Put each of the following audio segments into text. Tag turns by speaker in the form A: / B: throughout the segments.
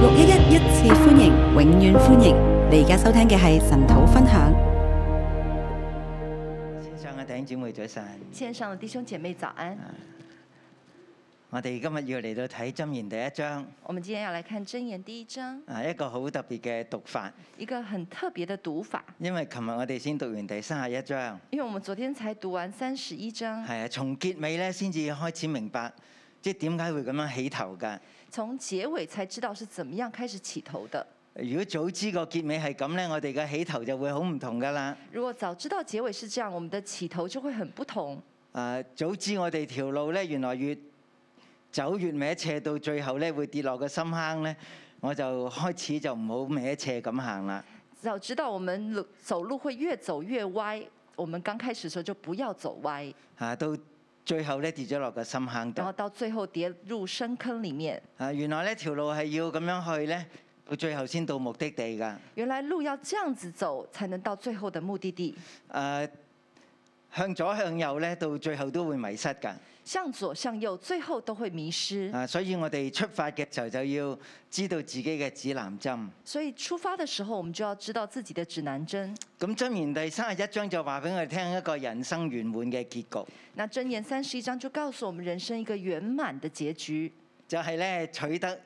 A: 六一一一次歡迎，永遠歡迎！你而家收聽嘅係神土分享。
B: 線上嘅弟兄姊妹早晨，
C: 线上的弟兄姐妹早安。
B: 我哋今日要嚟到睇《箴言》第一章，
C: 我们今天要来看箴言第一章，
B: 啊一個好特別嘅讀法，
C: 一个很特别的读法，
B: 因為琴日我哋先讀完第三十一章，
C: 因为我们昨天才读完三十一章，
B: 係啊，從結尾咧先至開始明白，即係點解會咁樣起頭㗎。
C: 从结尾才知道是怎么样开始起头的。
B: 如果早知個結尾係咁咧，我哋嘅起頭就會好唔同㗎啦。
C: 如果早知道结尾是这样，我们的起头就会很不同。
B: 啊，早知我哋條路咧，原來越走越歪斜，到最後咧會跌落個深坑咧，我就開始就唔好歪斜咁行啦。
C: 早知道我们路走路会越走越歪，我们刚开始的时候就不要走歪，
B: 啊，到最後咧跌咗落個深坑度
C: 然。后到最后跌入深坑里面。
B: 啊，原來呢條路係要咁樣去咧，到最後先到目的地㗎。
C: 原来路要这样子走，才能到最后的目的地。
B: 啊，向左向右咧，到最後都會迷失㗎。
C: 向左向右，最后都会迷失。
B: 啊，所以我哋出發嘅時候就要知道自己嘅指南針。
C: 所以出发的时候，我们就要知道自己的指南针。
B: 咁箴言第三十一章就話俾我哋聽一個人生圓滿嘅結局，
C: 那箴言三十一章就告诉我们人生一个圆满的结局，
B: 就係、呢：咧取得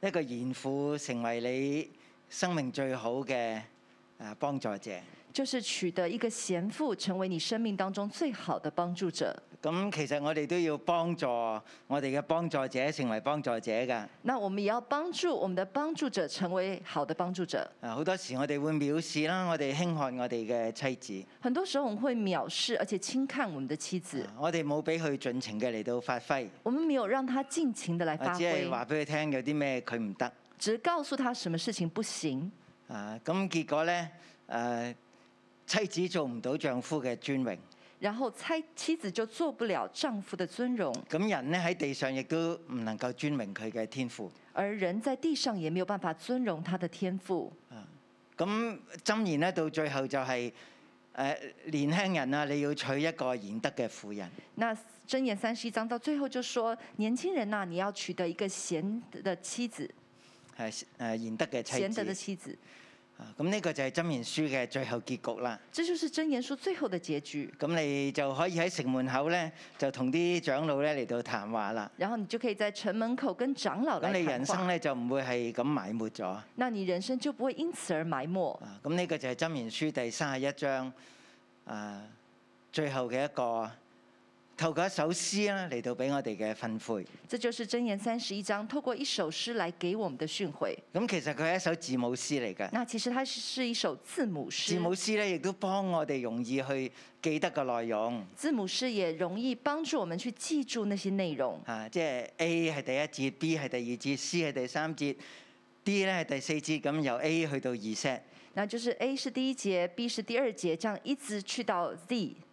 B: 一個賢父成為你生命最好嘅啊幫助者。
C: 就是取得一个贤妇，成为你生命当中最好的帮助者。
B: 咁其實我哋都要幫助我哋嘅幫助者成為幫助者㗎。
C: 那我们也要帮助我们的帮助者成为好的帮助者。
B: 啊，好多時我哋會藐視啦，我哋輕看我哋嘅妻子，
C: 很多时候我们会藐视，而且轻看我们的妻子，
B: 啊我哋冇俾佢盡情嘅嚟到發揮，
C: 我们没有让她尽情的来
B: 啊
C: 发
B: 只係
C: 挥，
B: 話俾佢聽有啲咩佢唔得。
C: 只告诉她什么事情不行。
B: 啊，咁結果呢，誒、妻子做唔到丈夫嘅尊榮，
C: 然後妻妻子就做不了丈夫的尊荣，
B: 咁人呢喺地上亦都唔能夠尊榮佢嘅天賦。
C: 而人在地上也没有办法尊荣他的天赋。
B: 咁箴言呢，到最後就係、呃年輕人啊，你要娶一個賢德嘅婦人。
C: 那箴言三十一章到最后就说：年轻人呐、你要娶得一个贤的妻子，
B: 係誒賢德嘅妻
C: 贤德
B: 子，
C: 的妻子。
B: 啊咁呢個就係箴言書嘅最後結局啦。
C: 这就是箴言书最后的结局。
B: 咁你就可以喺城門口咧，就同啲長老咧嚟到談話啦。
C: 然后你就可以在城門口跟長老
B: 咁
C: 来
B: 你
C: 谈
B: 人生
C: 话，
B: 咧就唔會係咁埋沒咗。啊，
C: 那你人生就不会因此而埋没。
B: 咁呢個就係《箴言書》第三十一章啊，最後嘅一個透過一首詩啦嚟到俾我哋嘅訓誨。
C: 这就是箴言三十一章透过一首詩来給我们的訓诲。
B: 咁其實佢係一首字母詩嚟嘅，
C: 那其實它是是一首字母詩，
B: 字母詩咧亦都幫我哋容易去記得個內容。
C: 字母詩也容易幫助我們去記住那些內容。
B: 啊，即係 A 係第一節，B 係第二節，C 係第三節，D 咧係第四節，咁由 A 去到二 set。
C: 那就是 A 是第一節，B 是第二節，這樣一直去到 Z，
B: 誒，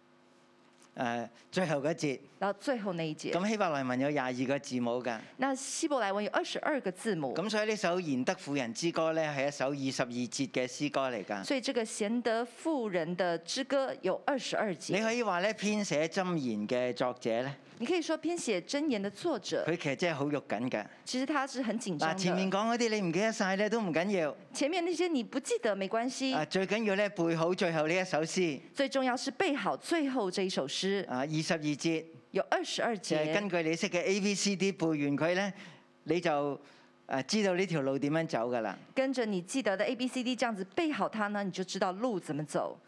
B: 呃最後嗰節。
C: 然後最後那一節。
B: 咁希伯來文有廿二個字母㗎，
C: 那希伯來文有二十二個字母，
B: 咁所以呢首賢德婦人之歌呢，係一首二十二節嘅詩歌嚟㗎。
C: 所以這個賢德婦人的之歌有二十二
B: 你
C: 節。
B: 可以話呢，編寫箴言嘅作者呢，
C: 你可以說編寫箴言的作者，
B: 佢其實真係好肉緊㗎。
C: 其實他是很緊
B: 嗱，啊前面
C: 張
B: 講
C: 的。
B: 嗰啲你唔記得晒呢都唔緊要，
C: 前面那些你不記得沒關
B: 啊
C: 係，
B: 最緊要呢，背好最後呢一首詩，
C: 最重要是背好最後這一首詩，
B: 啊二十二節
C: 有二十二
B: 就係
C: 節。
B: 根據你識嘅 A B C D 背完佢呢，你就誒知道呢條路點樣走㗎啦。
C: 跟着你記得的 A B C D 這樣子背好它呢，你就知道路怎麼走。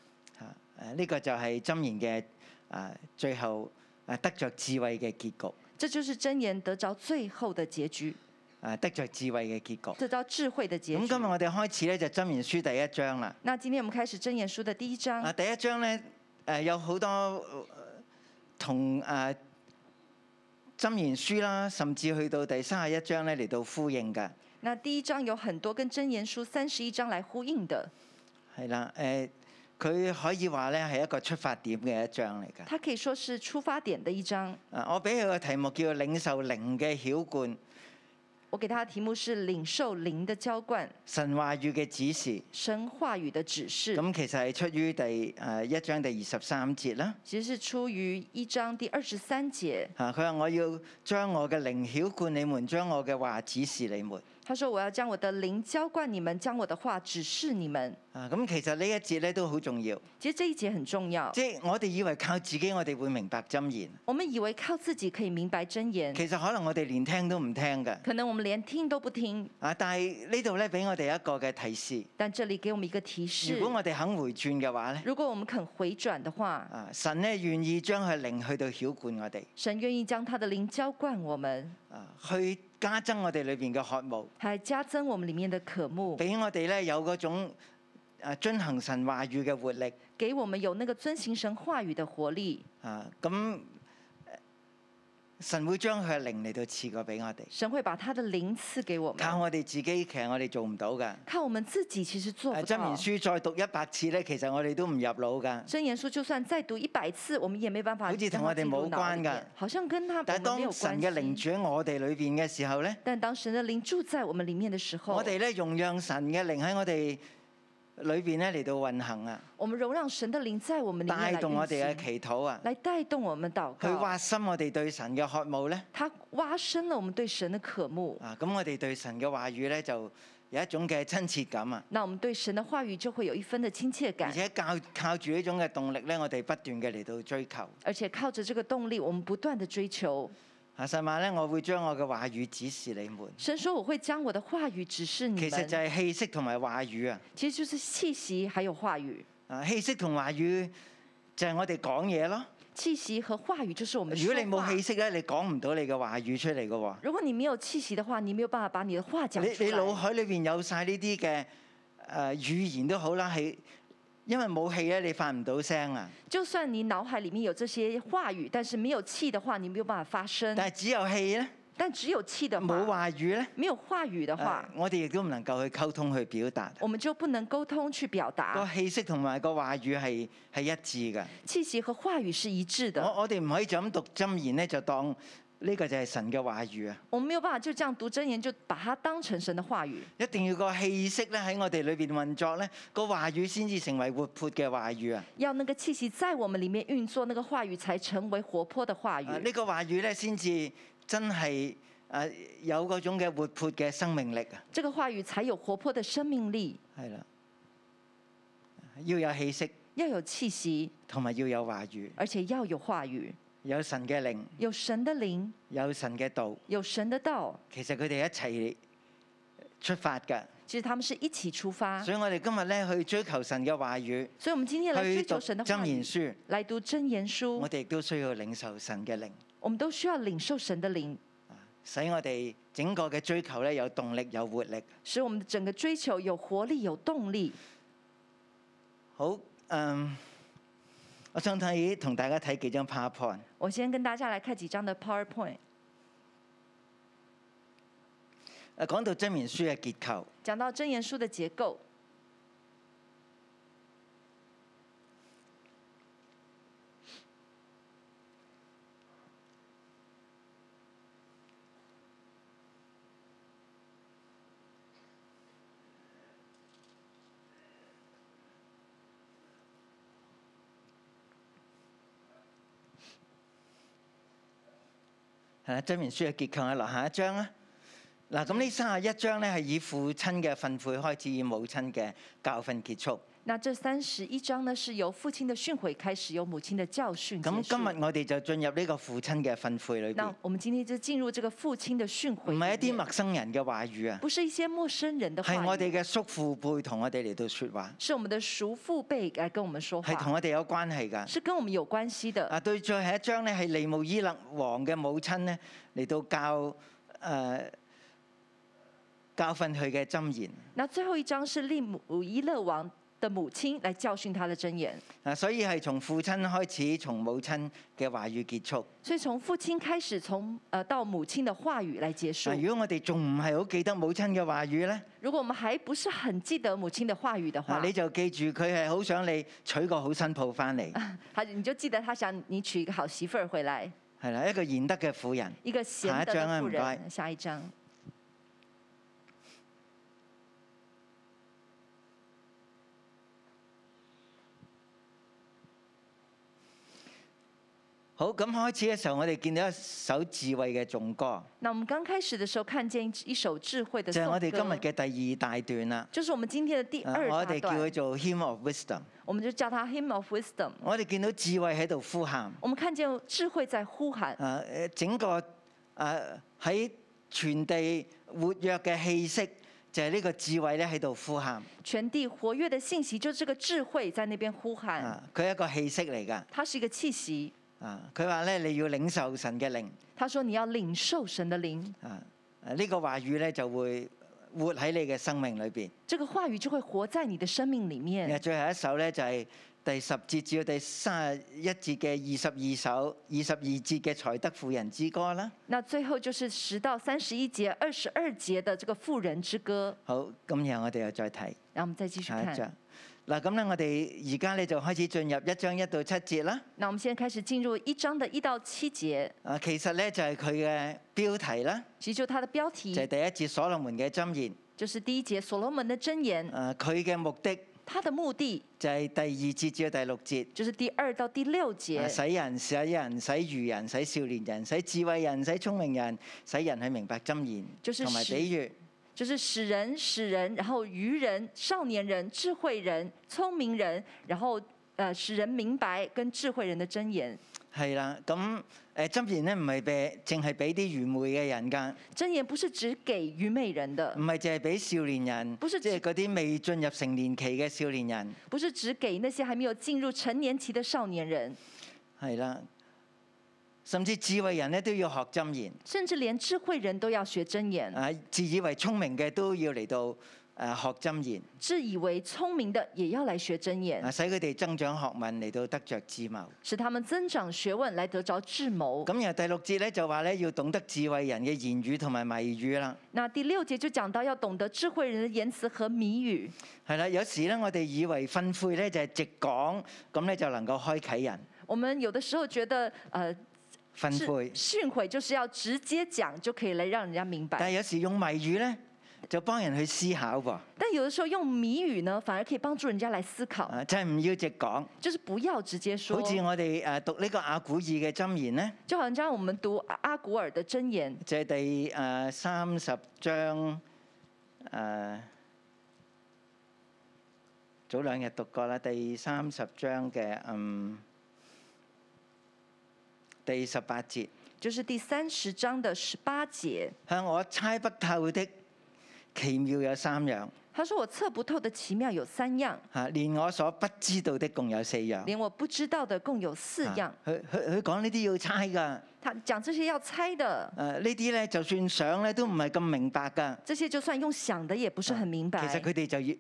B: 啊誒呢個就係箴言嘅啊最後啊得着智慧嘅結局，
C: 這就是箴言得着最後的結局，
B: 啊得着智慧嘅結局。
C: 得着智慧的
B: 咁
C: 結
B: 今日
C: 局。
B: 我哋開始咧就箴言書第一章啦。
C: 那今天我們開始箴言書的第一
B: 啊，
C: 章，
B: 第一章咧誒、呃有好多呃同誒箴言書啦，甚至去到第三十一章咧嚟到呼應㗎，
C: 那第一章有很多跟箴言書三十一章來呼應的，
B: 係啦誒，佢、可以話咧係一個出發點嘅一章嚟㗎。
C: 它可以說是出發點的一章。
B: 啊，我俾佢個題目叫領受靈嘅曉冠，
C: 我給它的題目是領受靈的浇灌，
B: 神話語嘅指示。
C: 神話語的指示，
B: 咁其實係出於第誒、呃一章第二十三節啦。
C: 其實是出於一章第二十三節。
B: 啊！佢話：我要將我嘅靈曉灌你們，將我嘅話指示你們。
C: 他说：“我要将我的灵浇灌你们，将我的话指示你们。
B: 啊，咁其實呢一節咧都好重要，”
C: 其实这一节很重要。
B: 即係我哋以為靠自己，我哋會明白箴言，
C: 我们以为靠自己可以明白真言，
B: 其實可能我哋連聽都唔聽嘅。
C: 可能我们连听都不听。
B: 啊，但係呢度咧俾我哋一個嘅提示，
C: 但这里给我们一个提示
B: 如：果我哋肯回轉嘅話咧，
C: 如果我们肯回转的话，
B: 啊，神咧願意將佢靈去到曉灌我哋，
C: 神愿意将他的灵浇灌我们，
B: 啊，去加增我哋裏邊嘅渴慕，
C: 还加增我们里面的渴慕，
B: 俾我哋咧有嗰種啊遵行神話語嘅活力。
C: 给我们有那个遵行神话语的活力。
B: 啊，咁呃神會將佢嘅靈嚟到賜過俾我哋。
C: 神会把他的灵赐给我
B: 靠
C: 们。
B: 我哋自己，其實我哋做唔到噶。
C: 靠我们自己其实做
B: 誒
C: 不
B: 箴言
C: 到。
B: 書再讀一百次咧，其實我哋都唔入腦噶。
C: 真言书就算再读一百次，我们也没办法
B: 好似同
C: 让它
B: 我哋
C: 进入
B: 冇
C: 脑
B: 关
C: 里
B: 噶
C: 面好像跟他
B: 但係
C: 我们没有
B: 當神嘅
C: 关
B: 靈
C: 系。
B: 住喺我哋裏邊嘅時候咧，
C: 但当神的灵住在我们里面的时候，
B: 我哋咧容讓神嘅靈喺我哋裏邊咧嚟到運行啊，
C: 我们容让神的灵在我们里面来
B: 帶動我
C: 运
B: 哋嘅
C: 行
B: 祈禱啊，
C: 来带动我们祷
B: 去
C: 告。
B: 挖深我哋對神嘅渴慕咧。
C: 他挖深了我们对神的渴慕，
B: 啊，咁我哋對神嘅話語咧就有一種嘅親切感啊，
C: 那我们对神的话语就会有一分的亲切
B: 而
C: 感，
B: 且靠靠住呢種嘅動力咧，我哋不斷嘅嚟到追求。
C: 而且靠着这个动力，我们不断的追求。
B: 啊，神話咧，我會將我嘅話語指示你們。
C: 神说：“我会將我的话语指示你
B: 其實就
C: 们。
B: 係氣息同埋話語啊。”
C: 其实就是气息还有话语，
B: 啊，氣息同話語就係我哋講嘢咯。
C: 气息和话语就是我们
B: 如果
C: 说
B: 你冇
C: 话
B: 氣息咧，你講唔到你嘅話語出嚟嘅喎。
C: 如果你没有气息的话，你没有办法把你的话讲出
B: 你你腦
C: 来。
B: 海裏邊有晒呢啲嘅誒語言都好啦，係因為冇氣咧，你發唔到聲啊。
C: 就算你脑海里面有这些话语，但是没有气的话，你没有办法发声。
B: 但係只有氣咧，
C: 但只有气的
B: 冇哎
C: 话，
B: 話語咧，
C: 没有话语的
B: 誒
C: 话，
B: 我哋亦都唔能夠去溝通去表達。
C: 我们就不能沟通去表
B: 個
C: 达。
B: 氣息同埋個話語係係一致嘅。
C: 气息和话语是一致的，
B: 我我哋唔可以就咁讀箴言咧，就當呢個就係神嘅話語啊。
C: 我们没有办法就这样读真言，就把它当成神的话语。
B: 一定要個氣息咧喺我哋裏邊運作咧，個話語先至成為活潑嘅話語啊！
C: 要那个气息在我们里面运作，那个话语才成为活泼的话
B: 啊呢、
C: 语。
B: 個話語咧先至真係啊有嗰種嘅活潑嘅生命力啊！
C: 这个话语才有活泼的生命力，
B: 係啦，要有氣息，
C: 要有气息，
B: 同埋要有話語，
C: 而且要有话语，
B: 有神嘅靈，
C: 有神的灵，
B: 有神嘅道，
C: 有神的道。
B: 其實佢哋一齊出發㗎。
C: 其实他们是一起出发，
B: 所以我哋今日咧去追求神嘅話語，
C: 所以我们啊今天来追
B: 去讀
C: 求神的话
B: 箴言
C: 语，
B: 書，
C: 来读真言书
B: 我，哋亦都需要領受神嘅靈。
C: 我们都需要领受神的灵，
B: 使我哋整個嘅追求咧有動力有活力。
C: 使我们的整个追求有活力、有动力。
B: 好，嗯，我想睇同大家睇幾張 PowerPoint。
C: 我先跟大家来看几张的 PowerPoint，
B: 誒，講到真言書嘅結構，
C: 讲到真言书的结构，
B: 係啦，真言書嘅結構啊，落下一張啦。嗱，咁呢三十一章咧係以父親嘅訓誨開始，以母親嘅教訓結束。
C: 那这三十一章呢，是由父亲的训诲开始，由母亲的教训结
B: 咁
C: 束
B: 今。日我哋就進入呢個父親嘅訓誨裏
C: 那
B: 邊，
C: 我们今天就进入这个父亲的训诲
B: 唔
C: 里
B: 係
C: 面，
B: 一啲陌生人嘅話語啊，
C: 不是一些陌生人的
B: 係
C: 话
B: 我
C: 语，
B: 哋嘅叔父輩同我哋嚟到説話，
C: 是我们的熟父辈来跟我们说
B: 係同
C: 话，
B: 我哋有關係㗎。
C: 是跟我们有关系的。
B: 啊，對最後一章咧，係利姆伊勒王嘅母親咧嚟到教誒、呃教訓佢嘅箴言
C: 那最后一章是利姆伊勒王的母亲来教训他的箴言，
B: 啊，所以係從父親開始，從母親嘅話語結束。
C: 所以从父親开始，从呃到母親的话语来结束
B: 嗱，。啊如果我哋仲唔係好記得母親嘅話語咧，
C: 如果我们还不是很记得母親的话语的
B: 嗱
C: 话，
B: 你就記住佢係好想你娶個好新抱翻嚟，
C: 他你就记得他想你娶一个好媳妇儿回来，
B: 係啦，一個賢德嘅婦人。
C: 一个贤
B: 下
C: 德
B: 一章啊
C: 的妇
B: 唔該
C: 人。下一章，
B: 好，咁開始嘅時候，我哋見到一首智慧嘅頌歌，
C: 那我们刚开始的时候看见一首智慧的
B: 就係
C: 颂歌，
B: 我哋今日嘅第二大段啦。
C: 就是我们今天的第
B: 啊
C: 二
B: 我
C: 大
B: 哋叫佢
C: 段，
B: 做 Hymn of Wisdom。
C: 我们就叫它 Hymn of Wisdom。
B: 我哋見到智慧喺度呼喊，
C: 我们看见智慧在呼喊，
B: 啊誒整個啊喺全地活躍嘅氣息，就係呢個智慧咧喺度呼喊。
C: 全地活跃的信息，就是这个智慧在那边呼喊，
B: 啊，佢係一個氣息嚟㗎。
C: 它是一个气息。
B: 啊，佢話咧你要領受神嘅靈。
C: 他说你要领受神的灵，
B: 啊，誒呢個話語咧就會活喺你嘅生命裏邊。
C: 这个话语就会活在你的生命里
B: 然後
C: 面。
B: 最後一首咧就係、第十節至到第三十一節嘅二十二首、二十二節嘅才德婦人之歌啦。
C: 那最后就是十到三十一节、二十二节的这个妇人之歌，
B: 好，咁然後我哋又再睇
C: 然后我们再继续
B: 下一
C: 看。
B: 章。嗱，咁咧我哋而家咧就開始進入一章一到七節啦。
C: 那我们现在开始进入一章的一到七节，
B: 啊，其實咧就係佢嘅標題啦，
C: 其实就它的标
B: 就
C: 题
B: 係、第一節所羅門嘅箴言。
C: 就是第一节所罗门的箴言，
B: 啊，佢嘅目的
C: 它的目的
B: 就係第二節至到第六節。
C: 就是第二到第六
B: 啊
C: 节，
B: 使人、使人、使愚人、使少年人、使智慧人、使聰明人、使人去明白箴言，
C: 就是
B: 同埋
C: 使
B: 比喻。
C: 就是使人、使人，然后愚人、少年人、智慧人、聪明人，然后呃使人明白跟智慧人的箴言。
B: 係啦，咁誒箴言咧唔係俾淨係俾啲愚昧嘅人㗎，
C: 箴言不是只給愚昧人的
B: 唔，係淨係俾少年人，
C: 不是
B: 即係嗰啲未進入成年期嘅少年人。
C: 不是只給那些還沒有进入成年期的少年人，
B: 係啦，甚至智慧人咧都要學箴言，
C: 甚至連智慧人都要學箴言。
B: 啊自以為聰明嘅都要嚟到誒學箴言，
C: 自以為聰明的也要來學箴
B: 啊
C: 言，
B: 使佢哋增長學問嚟到得着智謀。
C: 使他們增長學問來得着智謀。
B: 咁然後第六節咧就話咧要懂得智慧人嘅言語同埋謎語啦。
C: 那第六節就講到要懂得智慧人的言辭和謎語。
B: 係啦，有時咧我哋以為訓誨咧就係直講，咁咧就能夠開啟人
C: 我們有的時候覺得，呃，
B: 訓
C: 智
B: 誨。
C: 訓誨就是要直接講就可以來讓人家明
B: 但
C: 白，
B: 係有時用謎語咧，就幫人去思考喎。
C: 但有的時候用謎語呢，反而可以幫助人家來思考，
B: 啊，就係唔要直講。
C: 就是不要直接說
B: 好。似我哋誒讀呢個阿古爾嘅箴言咧，
C: 就好像我們讀阿阿古爾的箴言，
B: 就係第誒三十章誒。早兩日讀過啦，第三十章嘅嗯第十八節，
C: 就是第三十章的十八節，
B: 向我猜不透的奇妙有三樣。
C: 他说：“我測不透的奇妙有三樣，
B: 嚇，連我所不知道的共有四樣。
C: 連我不知道的共有四樣
B: 啊。佢佢佢講呢啲要猜㗎。
C: 他講這些要猜的，
B: 誒呢啲咧，就算想咧都唔係咁明白㗎。
C: 這些就算用想的也不
B: 啊
C: 是很明
B: 其實
C: 白。
B: 佢哋就要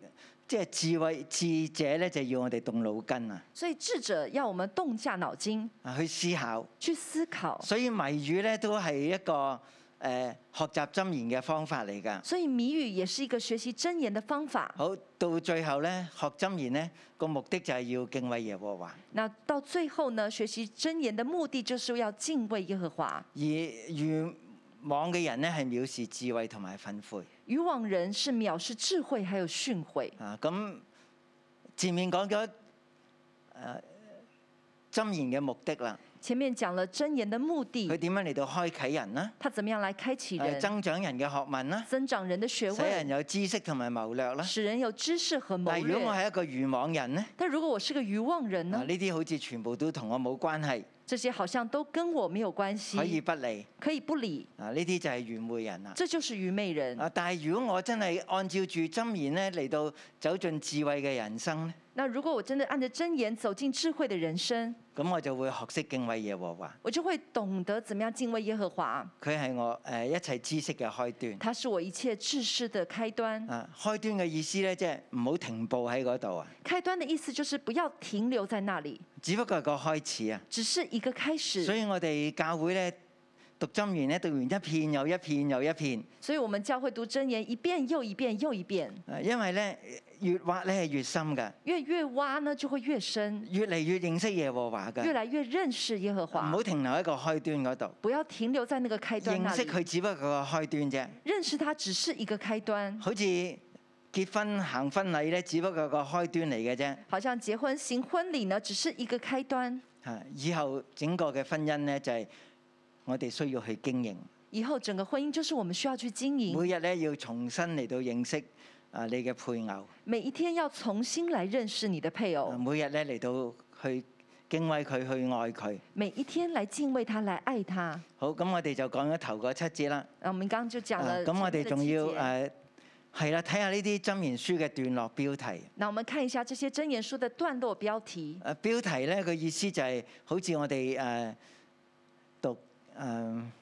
B: 即係智慧智者咧，就要我哋動腦筋啊，
C: 所以智者要我們動下腦筋
B: 啊去思考。
C: 去思考。
B: 所以謎語咧都係一個誒、呃、學習箴言嘅方法嚟㗎。
C: 所以謎語也是一個學習真言的方法。
B: 好，到最後咧，學箴言咧個目的就係要敬畏耶和華。
C: 那到最後呢，學習真言的目的就是要敬畏耶和華。
B: 而愚妄嘅人咧係藐視智慧同埋憤悔。
C: 愚妄人是藐視智慧還有訓誨。
B: 啊，咁前面講咗誒箴言嘅目的啦，
C: 前面講了真言的目
B: 佢
C: 的，
B: 點樣嚟到開啟人啦？
C: 他怎麼樣來開啟
B: 誒
C: 人？
B: 增長人嘅學問啦，
C: 增長人的學
B: 使人
C: 問，
B: 有知識同埋謀略啦。
C: 使人有知識和謀
B: 但係如果我
C: 略。
B: 係一個愚妄人呢，
C: 但如果我是個愚妄人
B: 啊
C: 呢
B: 呢？啲好似全部都同我冇關係，
C: 這些好像都跟我沒有關
B: 可以
C: 係，
B: 不理
C: 可以不理，
B: 啊！呢啲就係愚昧人啦。
C: 這就是愚昧人。
B: 啊！但係如果我真係按照住箴言咧嚟到走進智慧嘅人生咧，
C: 那如果我真的按着真言走進智慧的人生，
B: 咁我就會學識敬畏耶和華。
C: 我就會懂得怎麼樣敬畏耶和華。
B: 佢係我誒、呃一切知識嘅開端。
C: 它是我一切知識的開端。
B: 啊，開端嘅意思咧，即係唔好停步喺嗰度啊，
C: 開端的意思就是不要停留在那裡，
B: 只不過係個開始啊。
C: 只是一個開
B: 所
C: 始。
B: 以我哋教會咧讀箴言咧，讀完一片又一片又一片，
C: 所以，我們教會讀真言一遍又一遍又一遍，
B: 啊因為咧越挖咧係越深㗎，
C: 越越挖呢就會越深，
B: 越嚟越認識耶和華
C: 越
B: 㗎。
C: 來越認識耶和
B: 唔
C: 華
B: 好。停留喺個開端嗰度，
C: 不要停留在那個開端
B: 認
C: 那
B: 識
C: 裡，
B: 佢只不過個開端啫。
C: 認識它只是一個開端，
B: 好似結婚行婚禮咧，只不過個開端嚟嘅啫。
C: 好像結婚行婚禮呢，只是一個開端，
B: 嚇，啊以後整個嘅婚姻咧就係、我哋需要去經營，
C: 以后整个婚姻就是我们需要去经营，
B: 每日咧要重新嚟到認識啊你嘅配偶，
C: 每一天要重新来认识你的配
B: 啊
C: 偶，
B: 每日咧嚟到去敬畏佢，去愛佢。
C: 每一天来敬畏他，来爱他。啊
B: 好，咁我哋就講咗頭嗰七節啦。
C: 啊，我们刚刚就讲
B: 啊
C: 了
B: 咁、我
C: 前面
B: 哋
C: 的
B: 仲
C: 几
B: 要啊誒
C: 节
B: 係啦，睇下呢啲箴言書嘅段落標題。
C: 那我们看一下这些箴言书的段落标题。
B: 誒標題咧，佢意思就係好似我哋誒、呃讀誒、呃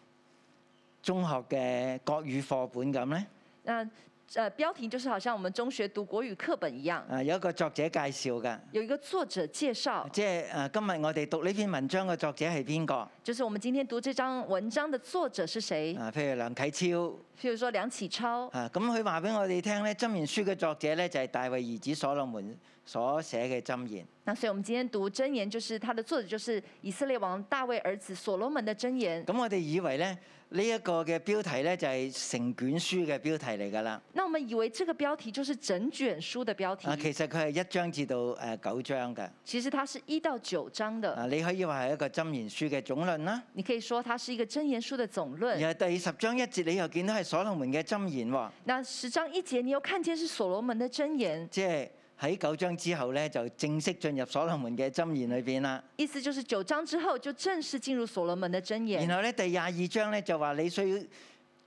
B: 中學嘅國語課本咁咧。
C: 那呃，标题就是好像我们中学读国语课本一样，
B: 啊，有一個作者介紹㗎，
C: 有一个作者介绍，
B: 即係啊，今日我哋讀呢篇文章嘅作者係邊個？
C: 就是我们今天读这章文章的作者是谁？
B: 啊，譬如梁啟
C: 譬如说梁启超
B: 超，啊，咁佢話俾我哋聽咧，《箴言書》嘅作者咧就係大衛兒子所羅門所寫嘅箴言。
C: 那所以我们今天读箴言，就是它的作者就是以色列王大卫儿子所罗门的箴言。
B: 咁我哋以為咧呢一、個嘅標題咧就係、成卷書嘅標題嚟㗎啦。
C: 那我们以为这个标题就是整卷书的标题，
B: 啊，其實佢係一章至到誒九章嘅。
C: 其实它是一到九章的。
B: 啊，你可以話係一個箴言書嘅總論啦。
C: 你可以说它是一个箴言书的总论。
B: 然後第十章一節你又見到係所羅門嘅箴言喎，
C: 那十章一节，你又看见是所罗门的箴言，
B: 即係喺九章之後咧就正式進入所羅門嘅箴言裏邊啦。
C: 意思就是九章之后就正式进入所罗门的箴言。
B: 然後咧第廿二章咧就話你需要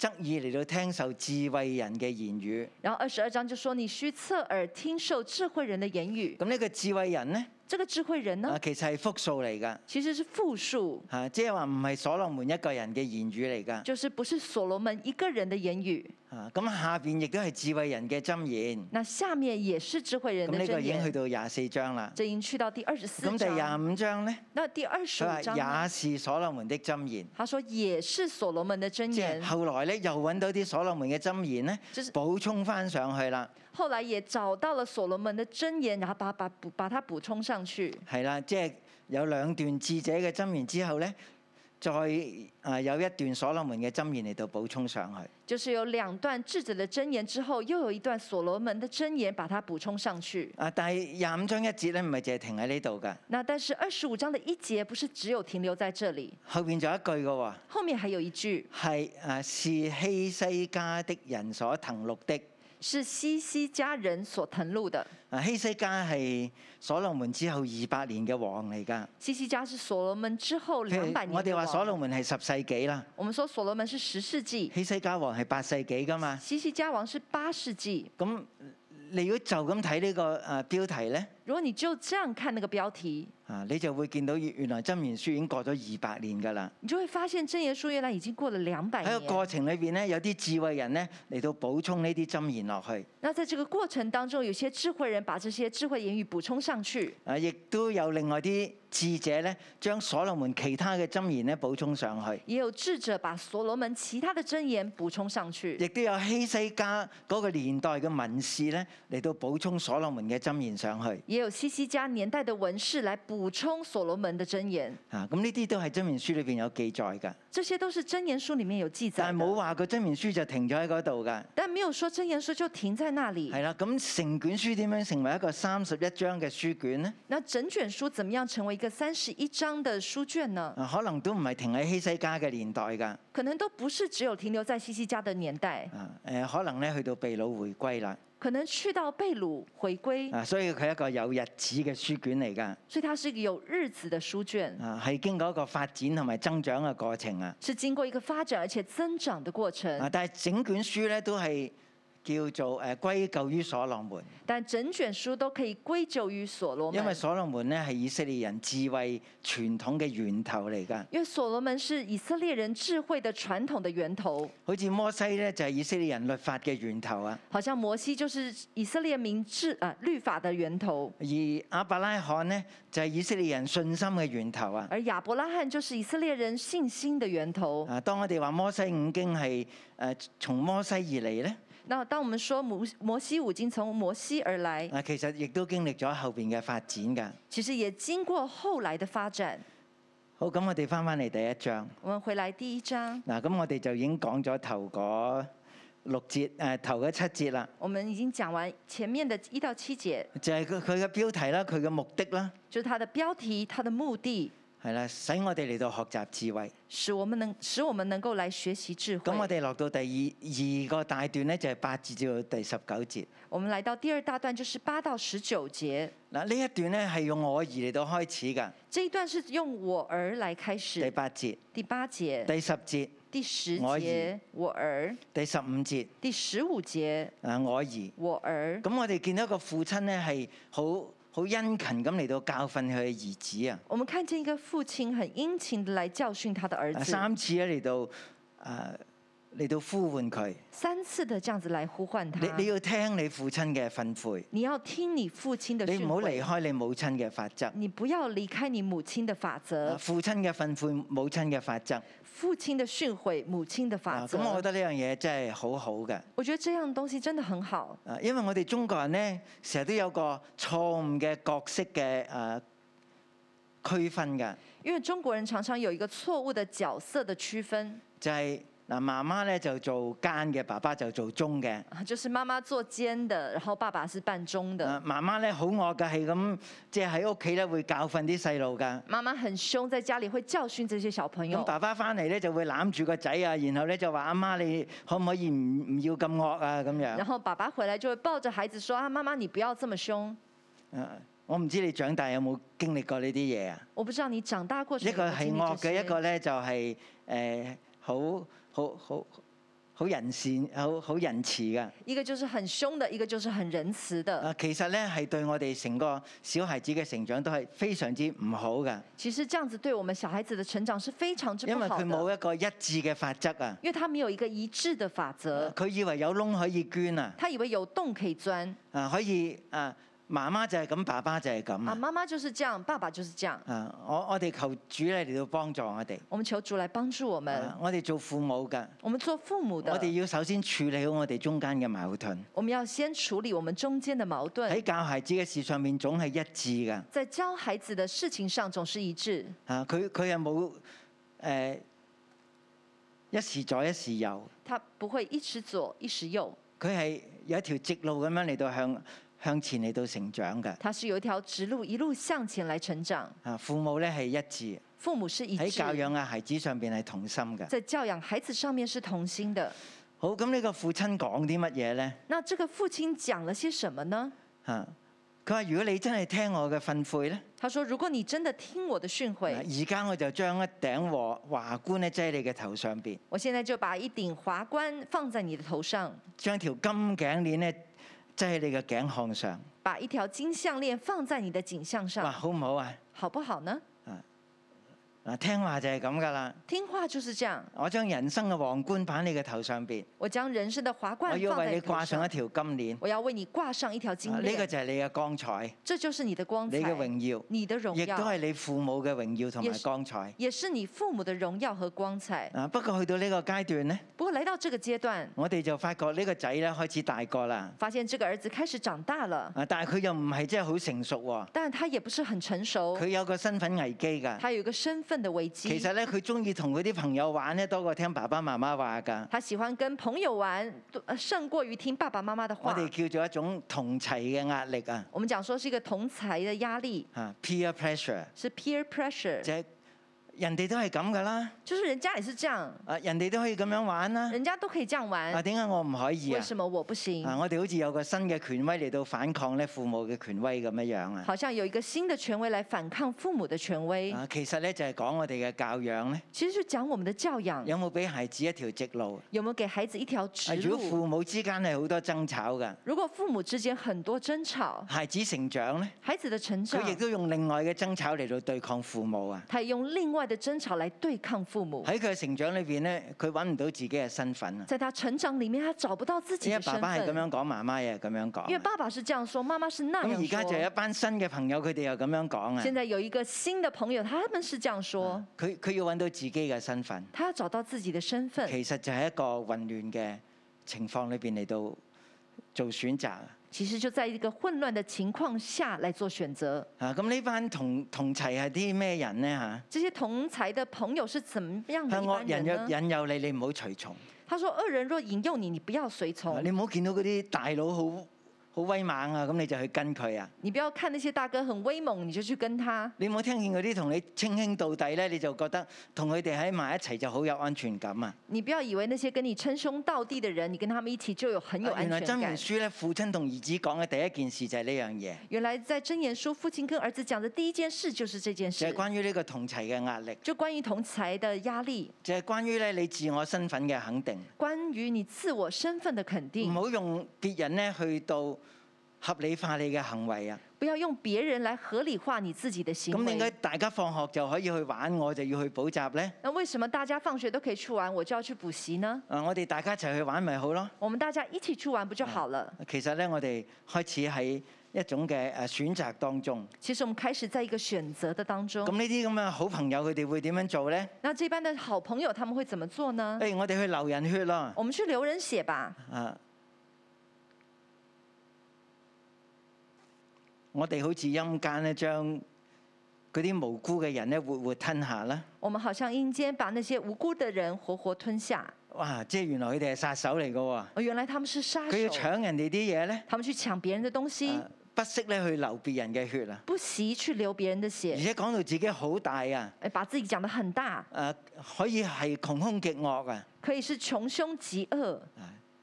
B: 側耳嚟到聽受智慧人嘅言語。
C: 然后二十二章就说你需侧耳听受智慧人的言语。
B: 咁呢個智慧人咧
C: 这个智慧人
B: 啊
C: 呢，
B: 其實係複數嚟㗎，
C: 其实是复数，
B: 嚇、即係話唔係所羅門一個人嘅言語嚟㗎。
C: 就是不是所罗門一个人的言语。
B: 啊，咁下邊亦都係智慧人嘅箴言。
C: 那下面也是智慧人
B: 咁
C: 的
B: 呢個
C: 箴
B: 已經去
C: 言。
B: 到廿四章啦。
C: 这已经去到第二十四
B: 咁第
C: 章。
B: 廿五章咧，
C: 那第二十
B: 佢
C: 五章
B: 話
C: 呢，
B: 也是所羅門的箴言。
C: 他说也是所罗門的箴
B: 即係
C: 言。
B: 後來咧，又揾到啲所羅門嘅箴言咧
C: 就是，
B: 補充翻上去啦，
C: 后来也找到了所罗門的箴言，然后把把补把它补充上去。
B: 係啦，即係有兩段智者嘅箴言之後咧，再啊有一段所羅門嘅箴言嚟到補充上去。
C: 就是有两段智者的箴言之后，又有一段所罗门的箴言把它补充上去。
B: 啊，但係廿五章一節咧，唔係淨係停喺呢度㗎，
C: 那但是二十五章的一节不是只有停留在这里，
B: 後邊仲有一句嘅喎，
C: 后面还有一句
B: 係啊是希西家的人所騰錄的。
C: 是西西家人所腾录的。
B: 啊，希西家係所羅門之後二百年嘅王嚟㗎。
C: 西西家是所罗门之后
B: 譬
C: 两百
B: 如
C: 年
B: 我
C: 的
B: 哋話所羅
C: 王。
B: 門係十世紀啦，
C: 我们说所罗门是十世纪，
B: 希西家王係八世紀㗎嘛。
C: 西西家王是八世纪。
B: 咁你如果就咁睇呢個誒標題咧，
C: 如果你就这样看那个标题，
B: 啊，你就會見到原原來箴言書已經過咗二百年㗎啦。
C: 你就会發現《箴言書》原來已經過了兩百
B: 喺個
C: 年。
B: 過程裏邊咧，有啲智慧人咧嚟到補充呢啲箴言落去，
C: 那在這個過程當中，有些智慧人把這些智慧言語補充上去，
B: 啊，亦都有另外啲智者咧，將所羅門其他嘅箴言咧補充上去，
C: 也有智者把所羅門其他的箴言補充上去，
B: 亦都有希西家嗰個年代嘅文士咧嚟到補充所羅門嘅箴言上去。
C: 也有西西家年代的文士來補充所羅門的箴言，
B: 啊，咁呢啲都係箴言書裏邊有記載㗎，
C: 這些都是箴言書裡面有記載
B: 但係冇
C: 的。
B: 話個箴言書就停咗喺嗰度㗎。
C: 但沒有說箴言書就停在那裡。
B: 係啦，咁成卷書點樣成為一個三十一章嘅書卷呢？
C: 那整卷書怎麼樣成為一個三十一章的書卷呢？
B: 啊，可能都唔係停喺希西家嘅年代㗎，
C: 可能都不是只有停留在西西家的年代，
B: 啊誒，可能咧去到秘魯回歸啦，
C: 可能去到被掳回歸，
B: 啊，所以佢係一個有日子嘅書卷嚟㗎，
C: 所以它是一個有日子的書卷。
B: 啊，係經過一個發展同埋增長嘅過程啊，
C: 是经过一个发展而且增长的过
B: 啊，
C: 程，
B: 但係整卷書咧都係叫做誒歸咎於所羅門，
C: 但整卷书都可以歸咎于所罗
B: 因為
C: 门，
B: 所羅門咧係以色列人智慧傳統嘅源頭嚟㗎，
C: 因为所罗门是以色列人智慧的传统的源头，
B: 好似摩西咧就係以色列人律法嘅源頭啊，
C: 好像摩西就是以色列民智啊、律法的源头，
B: 而亞伯拉罕呢，就係以色列人信心嘅源頭啊。
C: 而亚伯拉罕就是以色列人信心的源头。
B: 啊，當我哋話摩西五經係誒從摩西而嚟咧，
C: 那当我们说摩摩西五经从摩西而来，
B: 啊其實亦都經歷咗後邊嘅發展㗎。
C: 其实也经过后来的发展。
B: 好，咁我哋翻翻嚟第一章。
C: 我们回来第一章，
B: 嗱，咁我哋就已經講咗頭嗰六節誒、呃、頭嗰七節啦，
C: 我们已经讲完前面的一到七节，
B: 就係佢佢嘅標題啦，佢嘅目的啦，
C: 就是它的标题、它的目的，
B: 係啦，使我哋嚟到學習智慧。
C: 使我们能使我们能够来学习智慧
B: 咁。我哋落到第二二個大段呢，就係八至至到第十九節。
C: 我们来到第二大段，就是八到十九节
B: 嗱，呢一段呢，係用我而嚟到開始㗎。
C: 这一段是用我儿来开
B: 第
C: 始，
B: 八節、
C: 第八节、
B: 第十節、
C: 第十
B: 我儿
C: 节我儿，
B: 第十五節
C: 第十五节
B: 啊，我兒。
C: 我儿。
B: 咁我哋見到一個父親呢，係好好殷勤咁嚟到教訓佢嘅兒子啊。
C: 我们看见一个父亲很殷勤的来教训他的儿
B: 啊
C: 子，
B: 三次咧嚟到啊嚟到呼喚佢，
C: 三次的这样子来呼唤他。
B: 你你要聽你父親嘅訓誨，
C: 你要听你父亲的
B: 你唔
C: 训
B: 好離
C: 诲，
B: 開你母親嘅法則。
C: 你不要离开你母亲的法
B: 啊
C: 则，
B: 父親嘅訓誨，母親嘅法則。
C: 父亲的训诲，母亲的法
B: 啊
C: 则。
B: 咁我覺得呢樣嘢真係好好嘅。
C: 我覺得这样东西真的很好。
B: 啊，因為我哋中國人呢，成日都有個錯誤嘅角色嘅誒區分㗎，
C: 因为中国人常常有一个錯誤的角色的區分
B: 就係、嗱，媽媽咧就做奸嘅，爸爸就做忠嘅。
C: 啊，就是媽媽做尖的，然後爸爸是扮中的
B: 啊。媽媽咧好惡㗎，係咁即係喺屋企咧會教訓啲細路㗎。
C: 媽媽很凶，在家裡會教訓這些小朋
B: 咁
C: 友。
B: 爸爸翻嚟咧就會攬住個仔啊，然後咧就話：阿媽，你可唔可以唔唔要咁惡啊？咁樣
C: 然。後爸爸回來就會抱着孩子說：“啊，媽媽，你不要這麼凶。
B: 啊我唔知你長大有冇經歷過呢啲嘢啊？”
C: 我不知道你長大過程
B: 一個
C: 有沒有
B: 係
C: 經歷
B: 惡
C: 這
B: 嘅，
C: 些
B: 一個咧就係誒好好好好人善、好好仁慈嘅。
C: 一個就是很凶的，一個就是很仁慈的。
B: 啊，其實咧係對我哋成個小孩子嘅成長都係非常之唔好嘅，
C: 其實這樣子對我們小孩子的成長是非常之
B: 因
C: 不
B: 為
C: 好
B: 佢冇
C: 的，
B: 一個一致嘅法則啊。
C: 因為他沒有一個一致的法則，
B: 佢以為有窿可以捐啊，
C: 他以為有洞可以鑽
B: 啊可以啊，媽媽就係咁，爸爸就係咁
C: 啊，
B: 啊。
C: 媽媽就是這樣，爸爸就是這樣。
B: 啊！我我哋求主咧嚟到幫助我哋。
C: 我們求主來幫助我們。
B: 啊我哋做父母嘅，
C: 我們做父母的，
B: 我哋要首先處理好我哋中間嘅矛盾。
C: 我們要先處理我們中間的矛盾
B: 喺。教孩子嘅事上面，總係一致嘅。
C: 在教孩子的事情上總是一致，
B: 啊，佢佢係冇誒一時左一時右，
C: 他不會一時左一時右，
B: 佢係有一條直路咁樣嚟到向向前嚟到成長嘅。
C: 他是有一條直路一路向前來成長。
B: 啊，父母咧係一致
C: 父母是一
B: 喺
C: 致，
B: 哎教養嘅孩子上邊係同心嘅。
C: 在教養孩子上面是同心的。
B: 好，咁呢個父親講啲乜嘢咧？
C: 那這個父親講了些什麼呢？
B: 啊，佢話：如果你真係聽我嘅訓誨咧。
C: 他說：“如果你真的聽我的訓誨，
B: 而家我就將一頂華華冠咧擠你嘅頭上邊，
C: 我現在就把一頂華冠放在你的頭上，
B: 將條金頸鏈咧擠喺你嘅頸項上。
C: 把一條金項鏈放在你的頸項
B: 哇，
C: 上，
B: 好唔好啊？
C: 好不好呢？
B: 嗱，聽話就係咁噶啦。
C: 聽話就是這樣。
B: 我將人生嘅皇冠擺喺你嘅頭上邊，
C: 我將人生的華冠
B: 我要
C: 放在
B: 為你
C: 你頭
B: 掛上一
C: 上，
B: 條金鏈。
C: 我要為你掛上一條金
B: 啊呢個
C: 鏈，
B: 就係你嘅光彩，
C: 這就是你的光
B: 你嘅
C: 彩，
B: 榮耀，
C: 你的榮
B: 亦都
C: 耀，
B: 係你父母嘅榮耀同
C: 也
B: 埋
C: 是
B: 光彩。
C: 也是你父母的榮耀和光彩。
B: 啊，不過去到呢個階段呢，
C: 不過來到這個階段，
B: 我哋就發覺呢個仔咧開始大個啦。
C: 發現這個兒子開始長大了，
B: 啊，但係佢又唔係真係好成熟喎，
C: 但他也不是很成熟，
B: 佢有個身份危機㗎。
C: 哦他有一個身份的危機。
B: 其實咧，佢中意同佢啲朋友玩咧，多過聽爸爸媽媽話㗎。
C: 他喜歡跟朋友玩，多呃勝過於聽爸爸媽媽的
B: 我
C: 話。
B: 哋叫做一種同齊嘅壓力啊，
C: 我們講說是一個同儕的壓力，
B: 嚇 peer pressure，
C: 是 peer pressure，
B: 就係人哋都係咁㗎啦，
C: 就是人家也是這樣，
B: 啊人哋都可以咁樣玩啦，
C: 人家都可以這樣
B: 啊
C: 玩，
B: 點解我唔可以
C: 為
B: 啊？
C: 嗯什麼我不行？
B: 啊我哋好似有個新嘅權威嚟到反抗咧父母嘅權威咁樣樣啊。
C: 好像有一個新的權威來反抗父母的權威，
B: 啊，其實咧就係講我哋嘅教養咧，
C: 其實就講我們的教養
B: 有冇俾孩子一條直路？
C: 有沒有給孩子一條直
B: 啊，如果
C: 路。
B: 父母之間係好多爭吵㗎，
C: 如果父母之間很多爭吵，
B: 孩子成長咧，
C: 孩子的成長
B: 佢，亦都用另外嘅爭吵嚟到對抗父母啊。
C: 他也用另外的爭吵來對抗父母。
B: 喺佢嘅成長裏邊咧，佢揾唔到自己嘅身份啊！
C: 在他成長裡面，他找不到自己
B: 因為
C: 的
B: 爸
C: 身
B: 爸係咁
C: 份，
B: 樣講，媽媽又係咁樣講
C: 因為
B: 啊。
C: 爸爸是這樣說，媽媽是那
B: 咁而家
C: 樣
B: 就有一
C: 說。
B: 班新嘅朋友，佢哋又咁樣
C: 現
B: 講
C: 在有一個新的朋友，他們是這樣說
B: 啊，。佢佢要揾到自己嘅身份，
C: 他要找到自己的身份，
B: 其實就係一個混亂嘅情況裏邊嚟到做選擇啊！
C: 其實就在一個混亂的情況下來做選擇。
B: 啊，咁呢班同同齊係啲咩人呢？
C: 這些同才的朋友是怎麼
B: 嚇，
C: 樣的
B: 向
C: 一
B: 惡
C: 般
B: 人
C: 人嗯呢
B: 若？引誘你，你唔好隨從。
C: 他說：“惡人若引誘你，你不要隨
B: 啊
C: 從。
B: 你唔好見到嗰啲大佬好好好威猛啊，咁你就去跟佢啊。
C: 你不要看那些大哥很威猛，你就去跟他。
B: 你有冇聽見嗰啲同你稱兄道弟咧，你就覺得同佢哋喺埋一齊就好有安全感啊！
C: 你不要以为那些跟你称兄道弟的人，你跟他们一起就有很有
B: 啊原
C: 安
B: 來
C: 全
B: 真言
C: 感。
B: 書咧，父親同兒子講嘅第一件事就係呢樣嘢，
C: 原来在箴言书，父亲跟儿子講的第一件事就是这件
B: 就係
C: 事，
B: 關於呢個同齊嘅壓力，
C: 就關於同才的压力，
B: 就係關於咧你自我身份嘅肯定，
C: 關於你自我身份的肯
B: 唔
C: 定，
B: 好用別人咧去到合理化你嘅行為啊！
C: 不要用別人來合理化你自己的行
B: 咁點解
C: 為。
B: 大家放學就可以去玩，我就要去補習呢？
C: 那为什么大家放学都可以去玩，我就要去補習呢？
B: 啊，我哋大家一齊去玩咪好咯。
C: 我们大家一起去玩不就好了？
B: 其實咧，我哋開始喺一種嘅誒選擇當中。
C: 其實我們開始在一個選擇的當中
B: 咁。呢啲咁嘅好朋友，佢哋會點樣做呢？
C: 那這班的好朋友他們會怎麼做呢
B: 誒、？我哋去流人血咯，
C: 我們去流人血吧。
B: 啊！我哋好似陰間咧，將嗰啲無辜嘅人咧，活活吞下啦。
C: 我們好像陰間把那些無辜的人活活吞下。
B: 哇！即係原來佢哋係殺手嚟嘅喎，
C: 哦，原來他們是殺
B: 佢要
C: 手，
B: 搶人哋啲嘢咧，
C: 他們去搶別人的東西，
B: 啊不惜咧去流別人嘅血啊！
C: 不惜去流別人的
B: 而
C: 血，
B: 且講到自己好大啊！
C: 哎把自己講得很大，
B: 誒、可以係窮兇極惡啊！
C: 可以是窮凶極惡。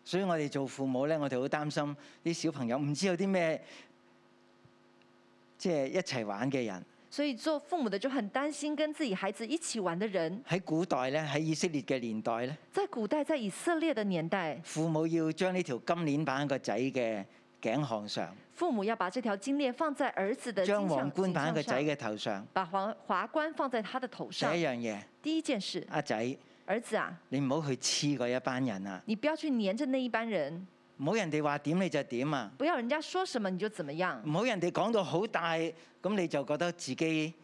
B: 所以我哋做父母咧，我哋好擔心啲小朋友唔知有啲咩，即係一齊玩嘅人。
C: 所以做父母的就很擔心跟自己孩子一起玩的人，
B: 喺古代咧，喺以色列嘅年代咧，
C: 在古代，在以色列的年代，
B: 父母要將呢條金鏈擺喺個仔嘅頸項上，
C: 父母要把這條金鏈放在兒子的
B: 將
C: 金项
B: 皇冠擺喺個
C: 頸
B: 仔
C: 上，
B: 嘅頭上。
C: 把皇華冠放在他的頭
B: 第
C: 上。
B: 一樣嘢，
C: 第一件事，
B: 阿仔，
C: 兒子啊，
B: 你唔好去黐嗰一班人啊！
C: 你不要去黏着那一班人，
B: 唔好人哋話點你就點啊！
C: 不要人家說什麼你就怎麼樣。
B: 唔好人哋講到好大，咁你就覺得自己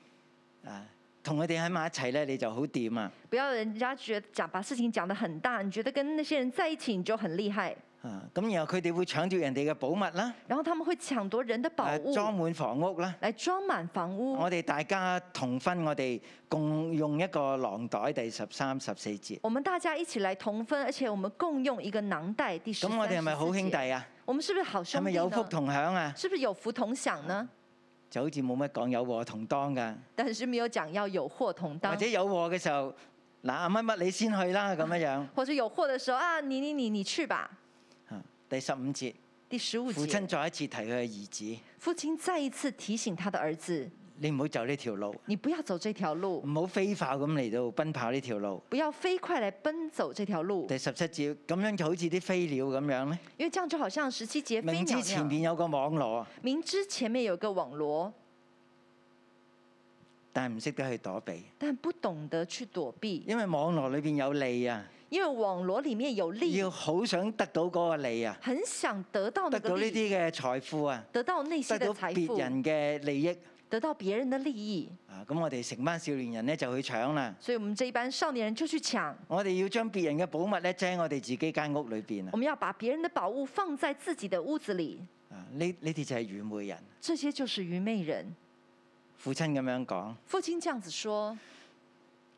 B: 啊同佢哋喺埋一齊咧，你就好掂啊！
C: 不要人家觉得讲把事情讲得很大，你觉得跟那些人在一起你就很厉害，
B: 啊，咁然後佢哋會搶奪人哋嘅寶物啦，
C: 然后他们会搶奪人的
B: 啊
C: 寶物，
B: 裝滿房屋啦。
C: 来裝滿房屋
B: 我。哋大家同分，我哋共用一個囊袋，第十三、十四節。
C: 我们大家一起來同分，而且我們共用一個囊袋。第十
B: 咁我哋係咪好兄弟
C: 節，
B: 啊？
C: 我們是不是好
B: 係
C: 兄
B: 咪
C: 弟
B: 有福
C: 呢？
B: 同享啊？
C: 是不是有福同享呢？
B: 就好似冇乜講有禍同當㗎，
C: 但是沒有講要有禍同
B: 或
C: 當
B: 者，有禍嘅時候，嗱阿乜乜你先去啦咁樣樣。
C: 或者有禍的時候啊，你你你你去吧。
B: 啊第十五節，
C: 第十五
B: 父
C: 節
B: 親，再一次提佢嘅兒子：
C: 父親再一次提醒他的兒子，
B: 你唔好走呢條路，
C: 你不要走這條路，
B: 唔好飛快咁嚟到奔跑呢條路。
C: 不要飛快來奔走這條路。
B: 第十七節，咁樣就好似啲飛鳥咁樣咧，
C: 因为这样就好像十七节飞
B: 明
C: 鸟
B: 知
C: 那
B: 前
C: 样，
B: 面有個網羅，
C: 明知前面有个网罗，
B: 但係唔識得去躲避，
C: 但不懂得去躲避，
B: 因為網羅裏邊有利啊，
C: 因为網羅裡面有利
B: 要，好想得到嗰個利啊，
C: 很想得到
B: 得
C: 那
B: 到
C: 个
B: 呢
C: 利，
B: 啲嘅財富啊，
C: 得到那
B: 得
C: 些的
B: 到
C: 財
B: 別
C: 富，
B: 人嘅利益。
C: 得到別人的利益，
B: 啊，咁我哋成班少年人咧就去搶啦。
C: 所以我们这一班少年人就去搶，
B: 我哋要將別人嘅寶物咧，擠喺我哋自己間屋裏邊啊
C: 我！們要把別人的寶物放在自己的屋子裡，
B: 啊，呢呢啲就係愚昧人。
C: 這些就是愚昧人。
B: 父親咁樣講，
C: 父親這樣子說，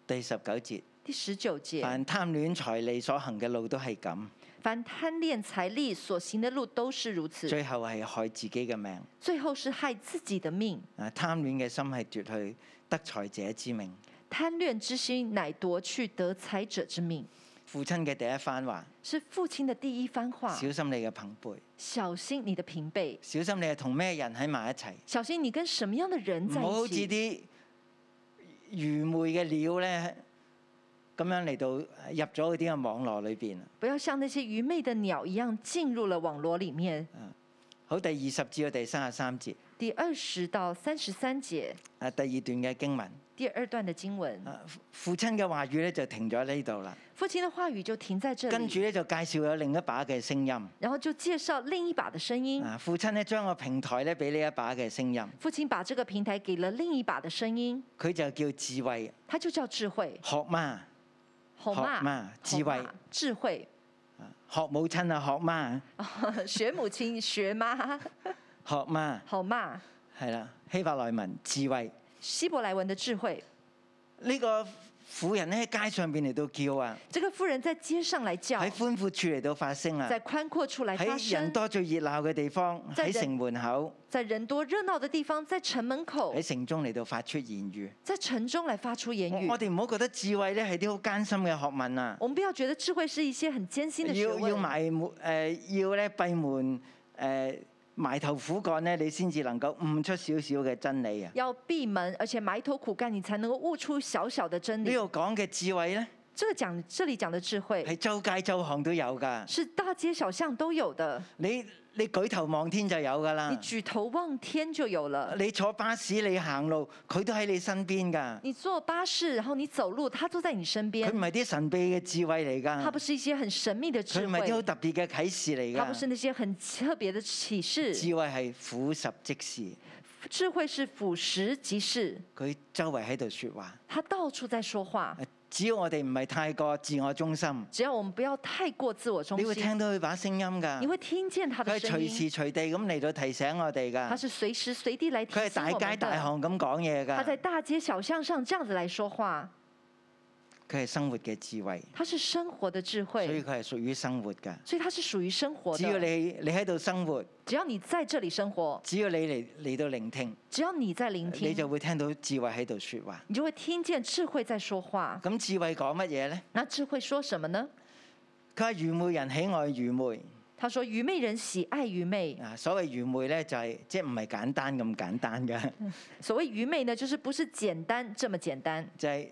B: 第十九節，
C: 第十九節，
B: 凡貪戀財利所行嘅路都係咁，
C: 凡貪戀財利所行的路都是如此，
B: 最後係害自己嘅命。
C: 最後是害自己的命。
B: 啊，貪戀嘅心係奪去得財者之命。
C: 貪戀之心乃奪去得財者之命，
B: 父親嘅第一番話：
C: 是父親的第一番話。
B: 小心你嘅朋輩，
C: 小心你的平輩，
B: 小心你係同咩人喺埋一齊，
C: 小心你跟什麼樣的人
B: 唔
C: 在
B: 好好
C: 一
B: 似
C: 起，
B: 啲愚昧嘅鳥咧，咁樣嚟到啊入咗嗰啲嘅網絡裏邊。
C: 不要像那些愚昧的鳥一樣進入了網羅裡面。
B: 好，第二十至到第三十三節，
C: 第二十到三十三節，
B: 啊，第二段嘅經文，
C: 第二段的經文，
B: 啊，父父親嘅話語咧就停咗呢度啦。
C: 父親的話語就停在這
B: 跟住
C: 裡，
B: 咧就介紹有另一把嘅聲音，
C: 然後就介紹另一把的聲音。
B: 啊，父親咧將個平台咧俾呢一把嘅聲音，
C: 父親把這個平台給了另一把的聲音，
B: 佢就叫智慧，
C: 它就叫智慧，
B: 學媽，
C: 好
B: 好嘛
C: 嘛，
B: 智慧
C: 好嘛，智慧，
B: 學母親啊，
C: 學母親，學媽，
B: 學媽，學媽，
C: 好嘛，
B: 係啦，希伯來文智慧，
C: 希伯來文的智慧。
B: 呢、個婦人咧喺街上邊嚟到叫啊，
C: 这个婦人在街上来叫
B: 喺，寬闊處嚟到發聲啊，
C: 在宽阔处来发
B: 喺人
C: 声，
B: 多最熱鬧嘅地方，
C: 在
B: 喺
C: 人
B: 城門口，
C: 在人多熱鬧的地方，在城門口，
B: 喺城中嚟到發出言語。
C: 在城中來發出言
B: 我哎我
C: 語。
B: 哋唔好覺得智慧咧係啲好艱辛嘅學問啊，
C: 我們不要覺得智慧是一些很艱辛的學
B: 要要
C: 問，
B: 埋門誒、要咧閉門誒、呃埋頭苦幹咧，你先至能夠悟出少少嘅真理啊。
C: 要閉門，而且埋頭苦幹，你才能夠悟出小小的真
B: 呢
C: 理
B: 度。講嘅智慧咧，
C: 這個講，這裡講的智慧
B: 係周街周巷都有㗎。
C: 是大街小巷都有的，
B: 你你舉頭望天就有㗎
C: 你
B: 啦。
C: 舉頭望天就有了。
B: 你坐巴士，你行路，佢都喺你身邊㗎。
C: 你坐巴士，然後你走路，它都在你身
B: 佢
C: 邊
B: 唔。係啲神秘嘅智慧嚟
C: 它不
B: 㗎，
C: 是一些很神秘的
B: 佢
C: 智
B: 唔係啲好
C: 慧，
B: 特別嘅啟示嚟
C: 它不是
B: 㗎。
C: 那些很特別的啟示。
B: 智慧係俯拾即是，
C: 智慧是俯拾即是，
B: 佢周圍喺度説話。
C: 它到處在說話。
B: 只要我哋唔係太過自我中心，
C: 只要我們不要太過自我中
B: 你啊會
C: 心，
B: 聽到佢把聲音
C: 你
B: 㗎。
C: 會聽見他
B: 佢
C: 的
B: 係
C: 聲
B: 隨
C: 音，
B: 時隨地咁嚟到提醒我哋㗎。
C: 他是隨時隨地來提
B: 佢係
C: 醒
B: 大
C: 我
B: 街
C: 們
B: 大
C: 的。
B: 巷咁講嘢
C: 他在
B: 㗎。
C: 大街小巷上這樣子來說話，
B: 佢係生活嘅智慧，
C: 他是生活的智
B: 所以
C: 慧，
B: 佢係屬於生活㗎。
C: 所以他是屬於生活
B: 只要你
C: 的。
B: 你喺度生活，
C: 只要你在這裡生活，
B: 只要你嚟嚟到聆聽，
C: 只要你在聆
B: 你就
C: 聽，
B: 會聽到智慧喺度説話。
C: 你就會聽見智慧在說話。
B: 咁智慧講乜嘢呢？
C: 那智慧說什麼呢？
B: 佢話愚昧人喜愛愚昧
C: 他說：愚昧人喜愛愚昧。
B: 啊！所謂愚昧呢，就係、即係唔係簡單咁簡單嘅，
C: 所謂愚昧呢，就是不是簡單這麼簡單，
B: 就係、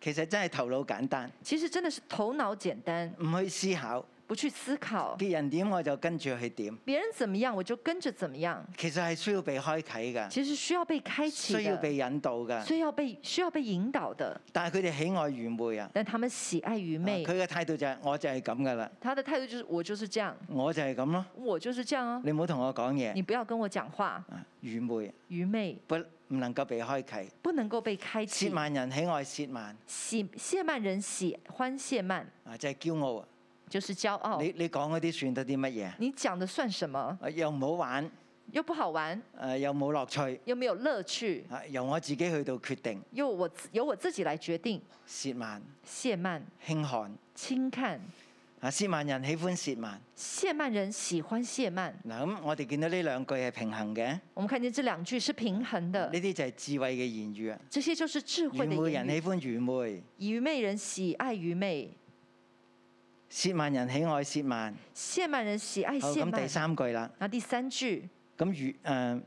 B: 其實真係頭腦簡單，
C: 其實真的是頭腦簡單，
B: 唔去思考，
C: 不去思考，
B: 別人點我就跟住去點。
C: 別人怎麼樣我就跟着怎麼樣。
B: 其實係需要被開啟㗎，
C: 其實需要被開啟的，
B: 需要被引導㗎。
C: 需要被需要被引導的。
B: 但係佢哋喜愛愚昧啊！
C: 但他們喜愛愚
B: 啊
C: 昧，
B: 佢嘅態度就係、我就係咁㗎啦，
C: 他的態度就是我就是這樣，
B: 我就係咁咯。
C: 我就是這樣啊，
B: 你唔好同我講嘢
C: 你不要跟我講話。
B: 啊！愚昧
C: 愚昧
B: 不唔能夠被開啟。
C: 不能夠被開
B: 褻
C: 啟，
B: 慢人喜愛褻慢
C: 喜褻慢人喜歡褻慢，
B: 啊！就係、驕傲啊！
C: 就是驕傲。
B: 你你講嗰啲算得啲乜嘢？
C: 你講的算什麼？
B: 啊又唔好玩，誒、
C: 又不好玩，
B: 又冇樂趣，
C: 又沒有樂趣，
B: 啊由我自己去到決定，
C: 由我自由我自己來決定。
B: 褻慢、
C: 褻慢、
B: 輕看，
C: 輕看，
B: 啊褻慢人喜歡褻慢。
C: 褻慢人喜歡褻慢。
B: 嗱咁，我哋見到呢兩句係平衡嘅，呢
C: 我們看見這兩句是平衡的，
B: 啲就係智慧嘅言語啊。
C: 這些就是智
B: 愚
C: 慧的
B: 昧
C: 言
B: 人
C: 語
B: 喜歡愚昧，
C: 愚昧人喜愛愚昧，
B: 褻慢人喜愛褻慢。
C: 褻慢人喜愛
B: 好
C: 褻
B: 咁
C: 慢。
B: 第三句啦，
C: 那第三句，
B: 咁愚誒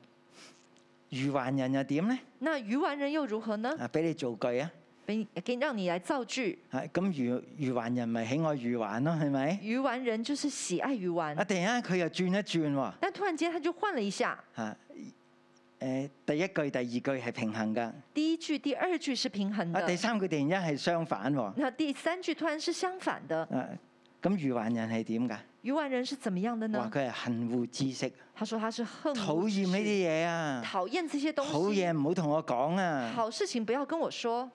B: 愚頑人又點咧？
C: 那愚頑人又如何呢？
B: 啊，俾你造句啊！
C: 俾你給讓你來造句。
B: 啊，咁愚愚頑人咪喜愛愚頑咯，係咪？
C: 愚頑人就是喜愛愚
B: 啊！
C: 頑，
B: 突然間佢又轉一轉喎，
C: 但突然間他就換了一下，
B: 嚇誒第一句、第二句係平衡㗎，
C: 第一句、第二句是平衡
B: 啊
C: 的
B: 第，三句突然間係相反喎，
C: 那第三句突然是相反的。
B: 啊咁愚頑人係點㗎？
C: 愚頑人是怎麼樣的
B: 話
C: 呢？
B: 佢係恨惡知識，
C: 他說他是恨
B: 討
C: 惡知
B: 厭呢
C: 識，
B: 啲嘢啊，
C: 討厭這些
B: 好
C: 東
B: 嘢
C: 嗯西，
B: 唔好同我講啊！
C: 好事情不要跟我說。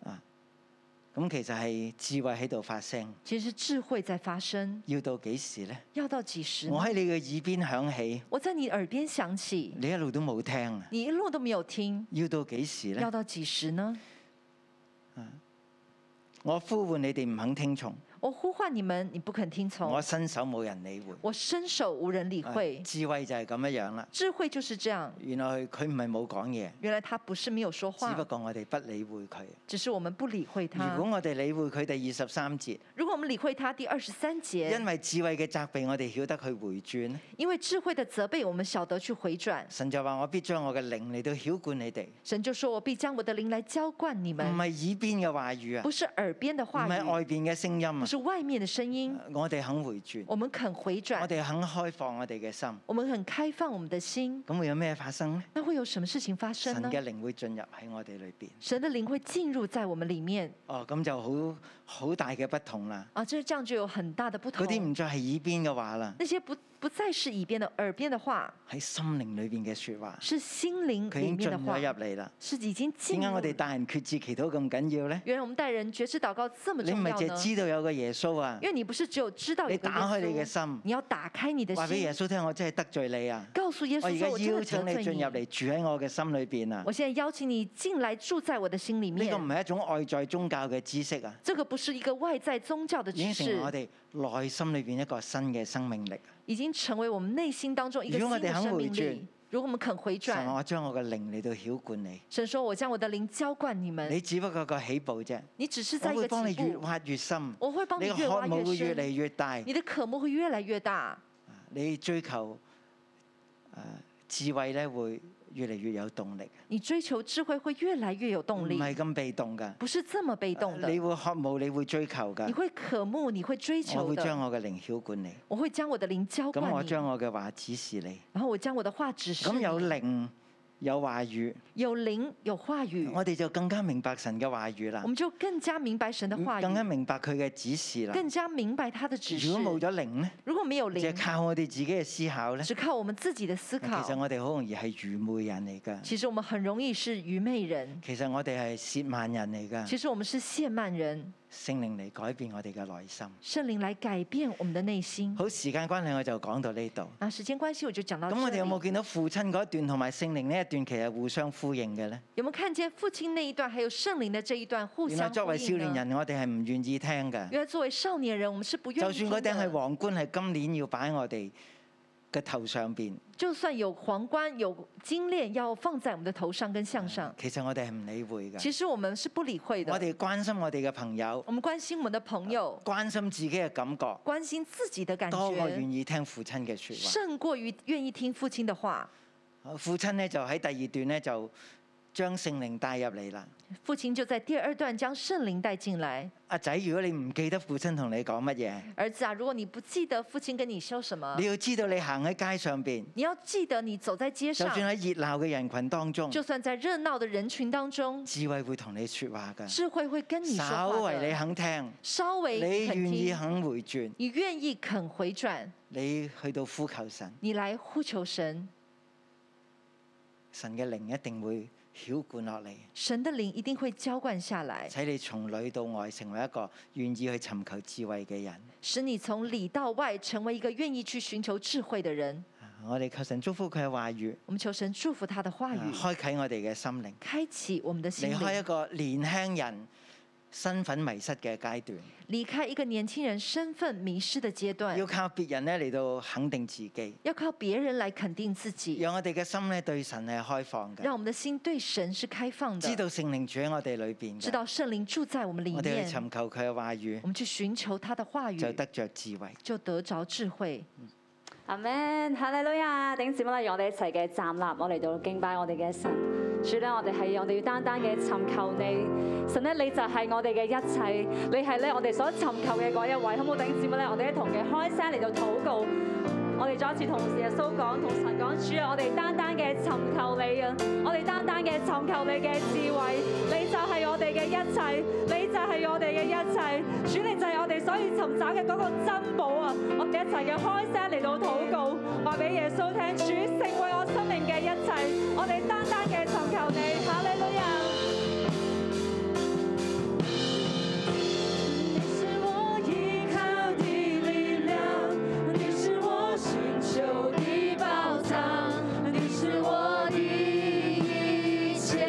B: 咁其實係智慧喺度發聲，
C: 其實是智慧在發生，
B: 要到幾時呢？
C: 要到幾時呢
B: 我？喺你嘅耳邊響起，
C: 我在你耳邊響起，
B: 你一路都冇聽啊！
C: 你一路都沒有聽，
B: 要到幾時
C: 要
B: 呢？
C: 到幾時呢？
B: 我呼喚你哋唔肯聽從，
C: 我呼喚你們，你不肯聽從；
B: 我伸手冇人理會。
C: 我伸手，無人理
B: 啊
C: 會。
B: 智慧就係咁樣樣啦。
C: 智慧就是這樣。
B: 原來佢唔係冇講嘢。
C: 原來他不是沒有說
B: 只不
C: 話，
B: 過我哋不理會佢。
C: 只是我們不理會他。
B: 如果我哋理會佢，第二十三節，
C: 如果我們理會他，第二十三節
B: 因，為智慧嘅責備，我哋曉得佢回轉。
C: 因為智慧的責備，我們曉得去回轉。
B: 神就話：我必將我嘅靈嚟到曉灌你哋，
C: 神就說：“我必將我的靈來澆灌你
B: 唔係
C: 們。
B: 耳邊嘅話語”啊
C: 不，是耳邊的
B: 唔
C: 話
B: 係
C: 語，
B: 外邊嘅聲音啊。
C: 不是外面的聲音。
B: 我哋肯回轉，
C: 我們肯回
B: 我
C: 轉，
B: 哋肯開放我哋嘅心，
C: 我們很開放我們的心，
B: 咁會有咩發生呢？
C: 那會有什麼事情發
B: 神
C: 生呢？
B: 嘅靈會進入喺我哋裏邊。
C: 神的靈會進入在我們裡面
B: 哦，咁就好好大嘅不同啦。
C: 啊，這這樣就有很大的不
B: 嗰啲
C: 同。
B: 唔再係耳邊嘅話啦，
C: 那些不不再是耳邊的耳邊的話，
B: 喺心靈裏邊嘅説話，
C: 是心靈
B: 佢已
C: 裡
B: 經進
C: 面的
B: 咗
C: 話，
B: 入嚟啦。
C: 是已經
B: 點
C: 進
B: 解
C: 入
B: 我。哋大人決志祈禱咁緊要呢？
C: 原來我們待人覺知禱告這麼
B: 你唔
C: 重
B: 係
C: 要
B: 淨
C: 呢
B: 係？知道有個耶穌啊
C: 因，為你不是只有知道
B: 你
C: 有個耶
B: 打開你嘅
C: 穌，
B: 心，
C: 你要打開你的
B: 話俾耶
C: 心，
B: 穌聽，我真係得罪你啊！
C: 告告诉耶
B: 我而
C: 稣
B: 家
C: 说：“
B: 邀
C: 我真的
B: 請
C: 得
B: 你
C: 罪
B: 進入
C: 你。
B: 嚟住喺我嘅心裏邊啊！
C: 我现在邀请你进来住在我的心里
B: 呢個唔
C: 面。
B: 係一種外在宗教嘅知識啊，
C: 这个不是一个外在宗教的
B: 已經
C: 知
B: 成為我
C: 识，
B: 哋內心裏邊一個新嘅生命力。啊
C: 已经成为我们内心当中一个
B: 如
C: 新
B: 果我
C: 的
B: 哋肯
C: 生命
B: 回轉
C: 力。如果我们肯回
B: 神話
C: 转，
B: 我將我嘅靈嚟到曉灌你，
C: 神说：“我将我的灵浇灌你们，
B: 你只不過個起步啫，
C: 你只是
B: 我
C: 在一
B: 會
C: 个
B: 幫你
C: 起
B: 越
C: 步，
B: 挖越深，
C: 我会帮你
B: 你
C: 越
B: 嘅
C: 挖
B: 渴望
C: 越
B: 會越嚟
C: 深，
B: 越大，
C: 你的渴慕会越来越大，
B: 你追求呃智慧咧會越嚟越有動力，
C: 你追求智慧会越来越有
B: 唔
C: 动力，
B: 係咁被動㗎。
C: 不是这么被动的。
B: 你會渴慕，你會追求
C: 你
B: 㗎。
C: 会渴慕，你会追
B: 我
C: 求
B: 會
C: 的
B: 將。我嘅靈曉灌你，
C: 我会将我的灵浇灌
B: 咁我
C: 你，
B: 將我嘅話指示你。
C: 然后我将我的话指示
B: 咁
C: 你。
B: 有靈有話語，
C: 有灵有话语，
B: 我哋就更加明白神嘅話語啦
C: 我，们就更加明白神的话语，
B: 更加明白佢嘅指示啦。
C: 更加明白他的指示。
B: 如果冇咗靈呢，
C: 如果没有
B: 就
C: 灵
B: 係，靠我哋自己嘅思考呢。
C: 只靠我们自己的思
B: 其實
C: 考，
B: 我哋好容易係愚昧人嚟㗎，
C: 其实我们很容易是愚昧人，
B: 其實我哋係褻慢人嚟㗎。
C: 其实我们是亵慢人。
B: 聖靈嚟改變我哋嘅內心。
C: 圣灵来改变我们的内心。
B: 好，時間關係我就講到呢度。
C: 那时间关系，我就讲到这
B: 咁我哋
C: 里。
B: 有冇見到父親嗰一段同埋聖靈呢一段其實互相呼應嘅呢？
C: 有没有看见父亲那一段，还有圣灵的这一段互
B: 原來
C: 相
B: 作
C: 呼
B: 為
C: 应啊
B: 少年
C: 呢？
B: 人，我哋係唔願意聽嘅。
C: 原来作为少年人，我们是不愿
B: 就
C: 意
B: 算
C: 听
B: 嗰
C: 的。
B: 頂係皇冠，係今年要擺喺我哋嘅頭上邊，
C: 就算有皇冠、有金链，要放在我们的头上跟项上，
B: 其實我哋係唔理會
C: 其
B: 嘅。
C: 实我们是不理会的。
B: 嗯我哋嗯關心我哋嘅朋友，
C: 我们关心我们的朋友，
B: 關心自己嘅感覺，
C: 关心自己的感
B: 多過
C: 觉，
B: 願意聽父親嘅説話。
C: 胜过于愿意听父亲的话。
B: 父親咧就喺第二段咧就將聖靈帶入嚟啦。
C: 父亲就在第二段將圣灵带进来。
B: 阿仔，如果你唔記得父親同你講乜嘢，
C: 儿子啊，如果你不记得父亲跟你说什么
B: 你，要知道你行喺街上邊，
C: 你要记得你走在街
B: 就
C: 上
B: 算，喺熱鬧嘅人群當中，
C: 就算在熱闹的人群当中，
B: 智慧會同你説話㗎。
C: 智慧会跟你说
B: 嗯稍
C: 话
B: 為你
C: 的。
B: 肯聽，
C: 稍
B: 你
C: 微肯
B: 願意
C: 听，
B: 肯回轉，
C: 你愿意肯回转，
B: 你去到呼求神，
C: 你来呼求神，
B: 神嘅靈一定會曉灌落嚟，
C: 神的灵一定会浇灌下来，
B: 使你從裏到外成為一個願意去尋求智慧嘅人。
C: 使你从里到外成为一个愿意去寻求智慧的人。
B: 啊我哋求神祝福佢嘅話語，啊
C: 我们求神祝福他的话语，
B: 開啟我哋嘅心靈。
C: 开启我们的心
B: 離開一
C: 灵，
B: 個年輕人身份迷失嘅階段，
C: 离开一个年轻人身份迷失的阶段
B: 要，靠別人咧嚟到肯定自己，
C: 要靠别人来肯定自己，
B: 讓我哋嘅心咧對神係開放
C: 让
B: 嘅，
C: 我们的心对神是开放
B: 知道
C: 的，
B: 聖靈住喺我哋裏邊
C: 知
B: 嘅，
C: 道圣灵住在我们里
B: 我哋
C: 面
B: 去，尋求佢嘅話語
C: 我，们去寻求他的话语，
B: 就得着智慧。
C: 就得着智慧。
D: 阿 man，哈利路亞！頂姊妹咧，讓我哋一齊嘅站立，我嚟到敬拜我哋嘅神。主咧，我哋係我哋要單單嘅尋求你。神咧，你就係我哋嘅一切，你係咧我哋所尋求嘅嗰一位，好唔好？頂姊妹咧，我哋一同嘅開聲嚟到禱告。我哋再一次同耶穌講，同神講，主啊，我哋單單嘅尋求你啊，我哋單單嘅尋求你嘅智慧，你就係我哋嘅一切，你就係我哋嘅一切，主你就係我哋所要尋找嘅嗰個珍寶啊！我哋一齊嘅開聲嚟到禱告，話俾耶穌聽，主成為我生命嘅一切，我哋單單嘅尋求你，哈利路亞！你是我依靠的力量，你是我寻求的宝藏，你是我的一切。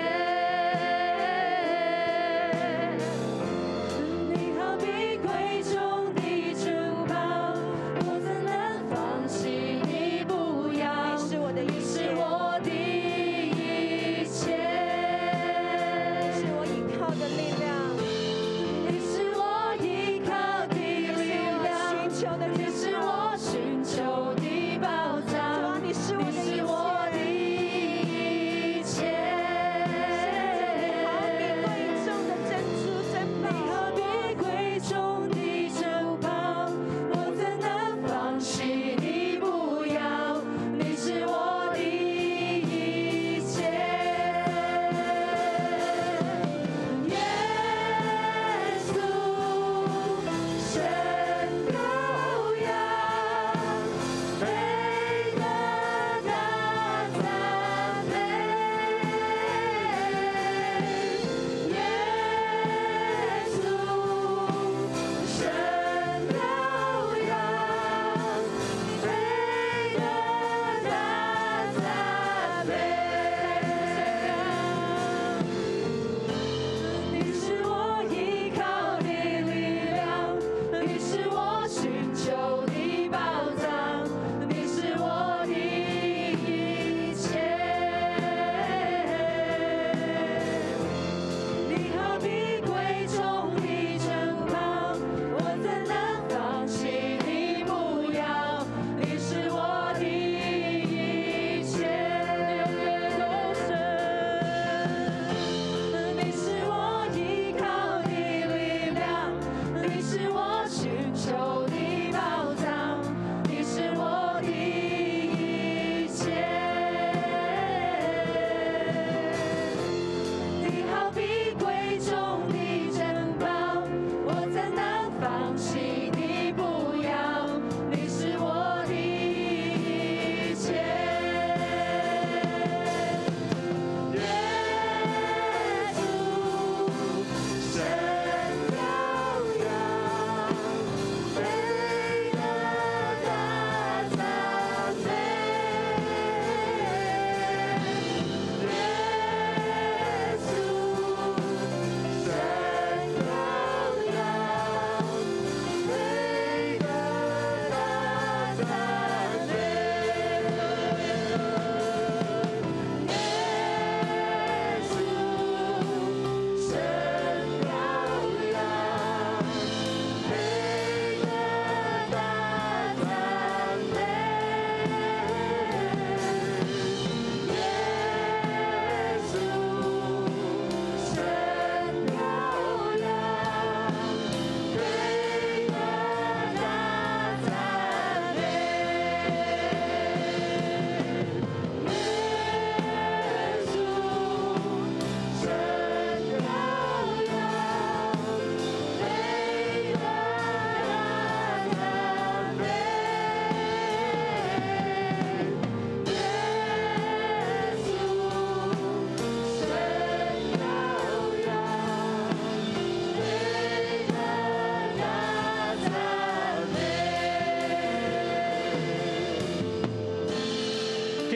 D: 你好比贵重的珍宝，我怎能放弃你不要？你是我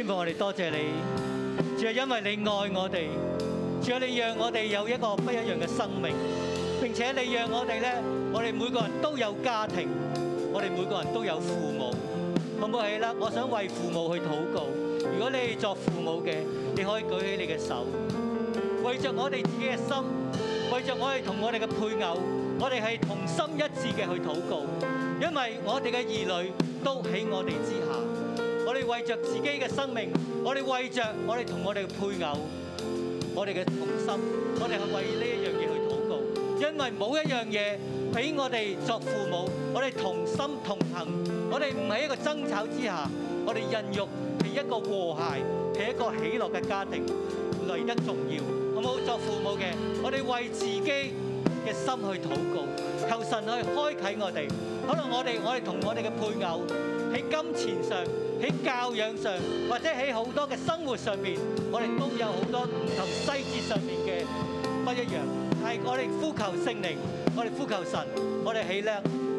E: 父，我哋多謝你，主啊，因為你愛我哋，主啊，你讓我哋有一個不一樣嘅生命，並且你讓我哋咧，我哋每個人都有家庭，我哋每個人都有父母，好唔好？係啦，我想為父母去禱告。如果你係作父母嘅，你可以舉起你嘅手，為着我哋自己嘅心，為着我哋同我哋嘅配偶，我哋係同心一致嘅去禱告，因為我哋嘅兒女都喺我哋之下。我哋為着自己嘅生命，我哋為着我哋同我哋嘅配偶，我哋嘅同心，我哋係為呢一樣嘢去禱告，因為冇一樣嘢俾我哋作父母，我哋同心同行，我哋唔係一個爭吵之下，我哋孕育係一個和諧，係一個喜樂嘅家庭嚟得重要，好冇？作父母嘅，我哋為自己嘅心去禱告，求神去開啟我哋。可能我哋我哋同我哋嘅配偶喺金錢上、喺教養上，或者喺好多嘅生活上面，我哋都有好多唔同細節上面嘅不一樣。係我哋呼求聖靈，我哋呼求神，我哋起叻，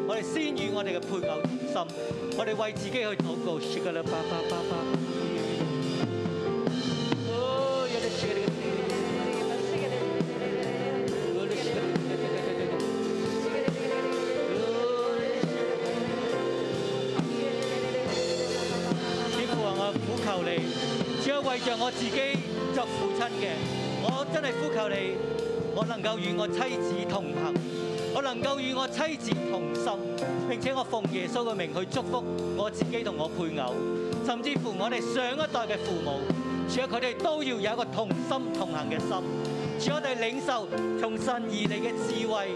E: 我哋先與我哋嘅配偶同心，我哋為自己去禱告。說噶啦，叭叭叭叭。哦有得說嘅有得說嘅天父啊，我苦求你，只有為着我自己作父親嘅，我真係呼求你，我能夠與我妻子同行，我能夠與我妻子同心，並且我奉耶穌嘅名去祝福我自己同我配偶，甚至乎我哋上一代嘅父母，只有佢哋都要有一個同心同行嘅心。主啊我哋領受從神而嚟嘅智慧，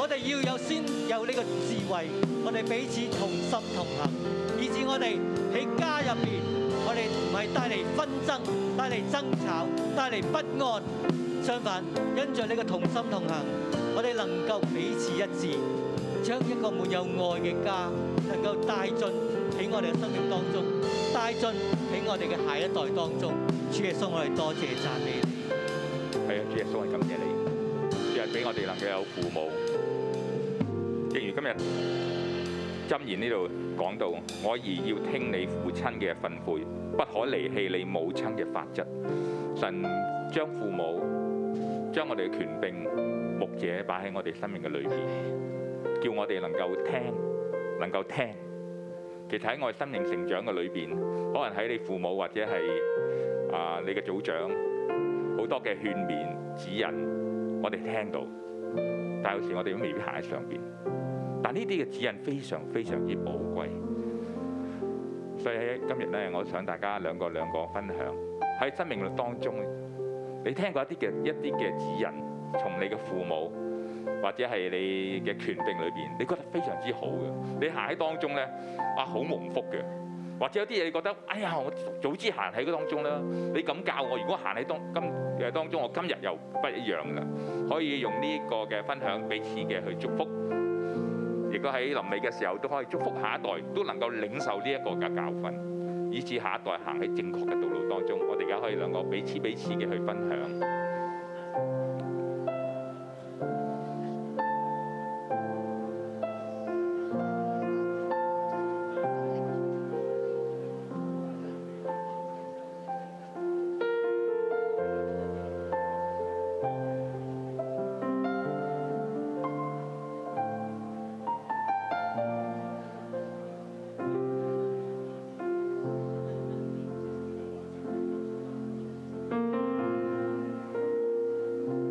E: 我哋要有先有呢個智慧，我哋彼此同心同行，以致我哋喺家入邊，我哋唔係帶嚟紛爭、帶嚟爭吵、帶嚟不安，相反，因着呢個同心同行，我哋能夠彼此一致，將一個滿有愛嘅家能夠帶進喺我哋嘅生命當中，帶進喺我哋嘅下一代當中。主耶穌，我哋多謝讚美你。
F: 係啊，主耶穌，我哋感謝你，主係俾我哋能夠有父母。正如今日箴言呢度講到，我兒要聽你父親嘅訓誨，不可離棄你母親嘅法則。神將父母，將我哋嘅權柄、牧者擺喺我哋生命嘅裏邊，叫我哋能夠聽，能夠聽。其實喺我哋生命成長嘅裏邊，可能喺你父母或者係啊你嘅組長。好多嘅勸勉指引，我哋聽到，但有時我哋都未必行喺上邊。但呢啲嘅指引非常非常之寶貴，所以喺今日咧，我想大家兩個兩個分享喺生命當中，你聽過一啲嘅一啲嘅指引，從你嘅父母或者係你嘅權柄裏邊，你覺得非常之好嘅，你行喺當中咧，啊好蒙福嘅。或者有啲嘢你覺得，哎呀，我早知行喺嗰當中啦。你咁教我，如果行喺當今誒當中，我今日又不一樣啦。可以用呢個嘅分享彼此嘅去祝福，亦都喺臨尾嘅時候都可以祝福下一代，都能夠領受呢一個嘅教訓，以至下一代行喺正確嘅道路當中。我哋而家可以兩個彼此彼此嘅去分享。
G: Hãy subscribe cho kênh Ghiền Mì Gõ Để không bỏ lỡ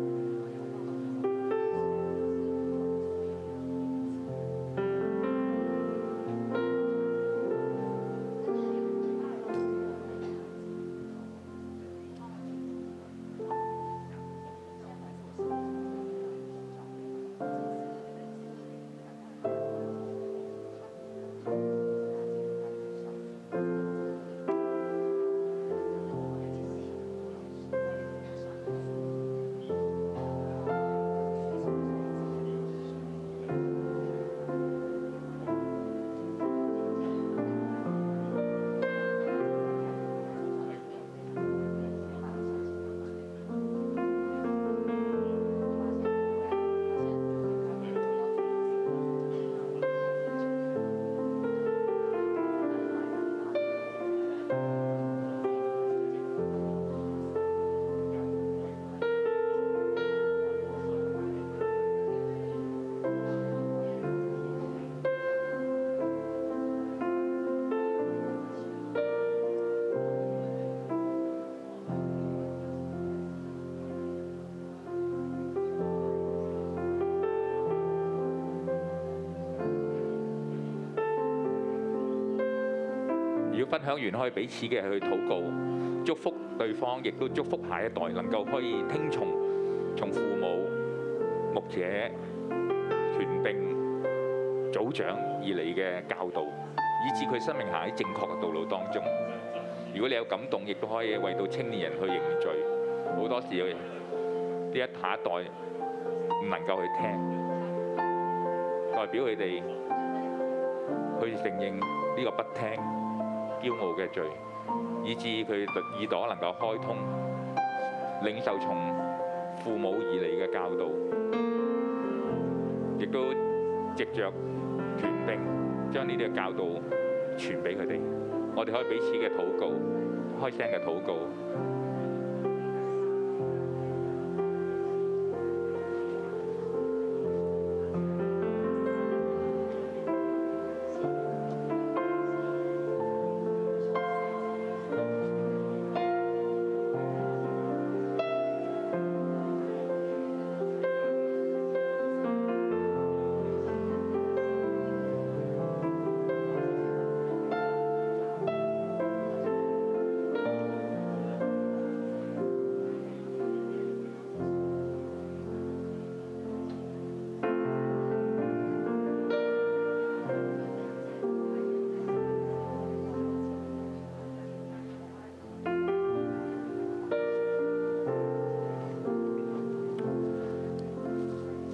F: 分享完可以彼此嘅去禱告，祝福對方，亦都祝福下一代能夠可以聽從從父母、牧者、權柄、組長而嚟嘅教導，以致佢生命行喺正確嘅道路當中。如果你有感動，亦都可以為到青年人去認罪。好多時呢一下一代唔能夠去聽，代表佢哋去承認呢個不聽、驕傲嘅罪，以致佢耳朵能夠開通，領受從父母而嚟嘅教導，亦都藉着權柄將呢啲嘅教導傳俾佢哋。我哋可以彼此嘅禱告，開聲嘅禱告。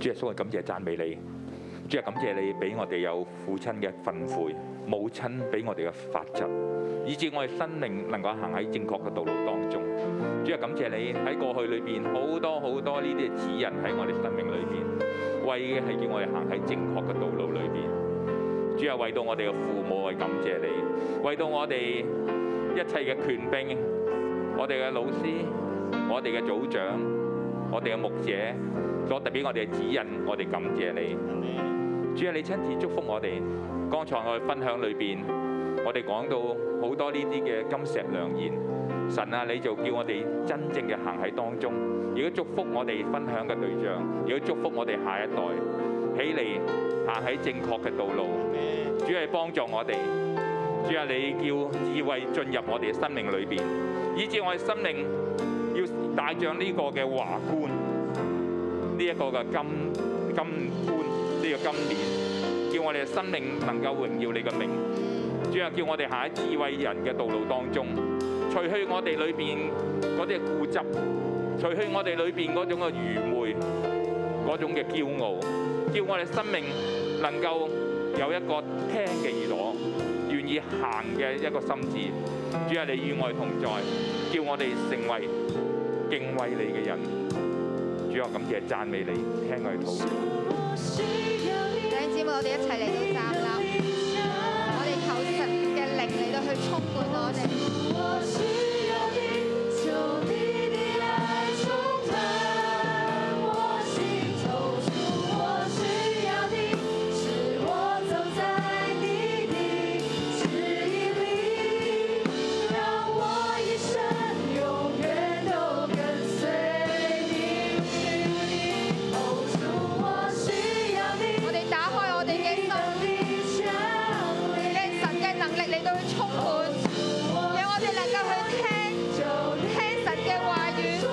F: 主耶穌，我感謝讚美你。主啊，感謝你俾我哋有父親嘅訓誨，母親俾我哋嘅法則，以致我哋生命能夠行喺正確嘅道路當中。主啊，感謝你喺過去裏邊好多好多呢啲嘅指引喺我哋生命裏邊，為嘅係叫我哋行喺正確嘅道路裏邊。主啊，為到我哋嘅父母，我哋感謝你；為到我哋一切嘅權柄，我哋嘅老師，我哋嘅組長，我哋嘅牧者。所特俾我哋嘅指引，我哋感謝你。主啊，你親自祝福我哋。剛才我哋分享裏邊，我哋講到好多呢啲嘅金石良言。神啊，你就叫我哋真正嘅行喺當中，亦都祝福我哋分享嘅對象，亦都祝福我哋下一代起嚟行喺正確嘅道路。主係幫助我哋。主啊，你叫智慧進入我哋嘅生命裏邊，以致我哋生命要帶著呢個嘅華冠。呢一個嘅金金冠，呢、個金鏈，叫我哋嘅生命能夠榮耀你嘅名。主啊，叫我哋行喺智慧人嘅道路當中，除去我哋裏邊嗰啲嘅固執，除去我哋裏邊嗰種嘅愚昧，嗰種嘅驕傲，叫我哋生命能夠有一個聽嘅耳朵，願意行嘅一個心智。主啊，你與我哋同在，叫我哋成為敬畏你嘅人。主啊，感謝讚美你，聽我哋禱告。
G: 弟兄姊妹，我哋一齊嚟到站立，我哋求神嘅靈嚟到去充滿我哋。我哋打開我哋嘅心，讓神嘅能力嚟到去充滿，讓我哋能夠去聽聽神嘅話語。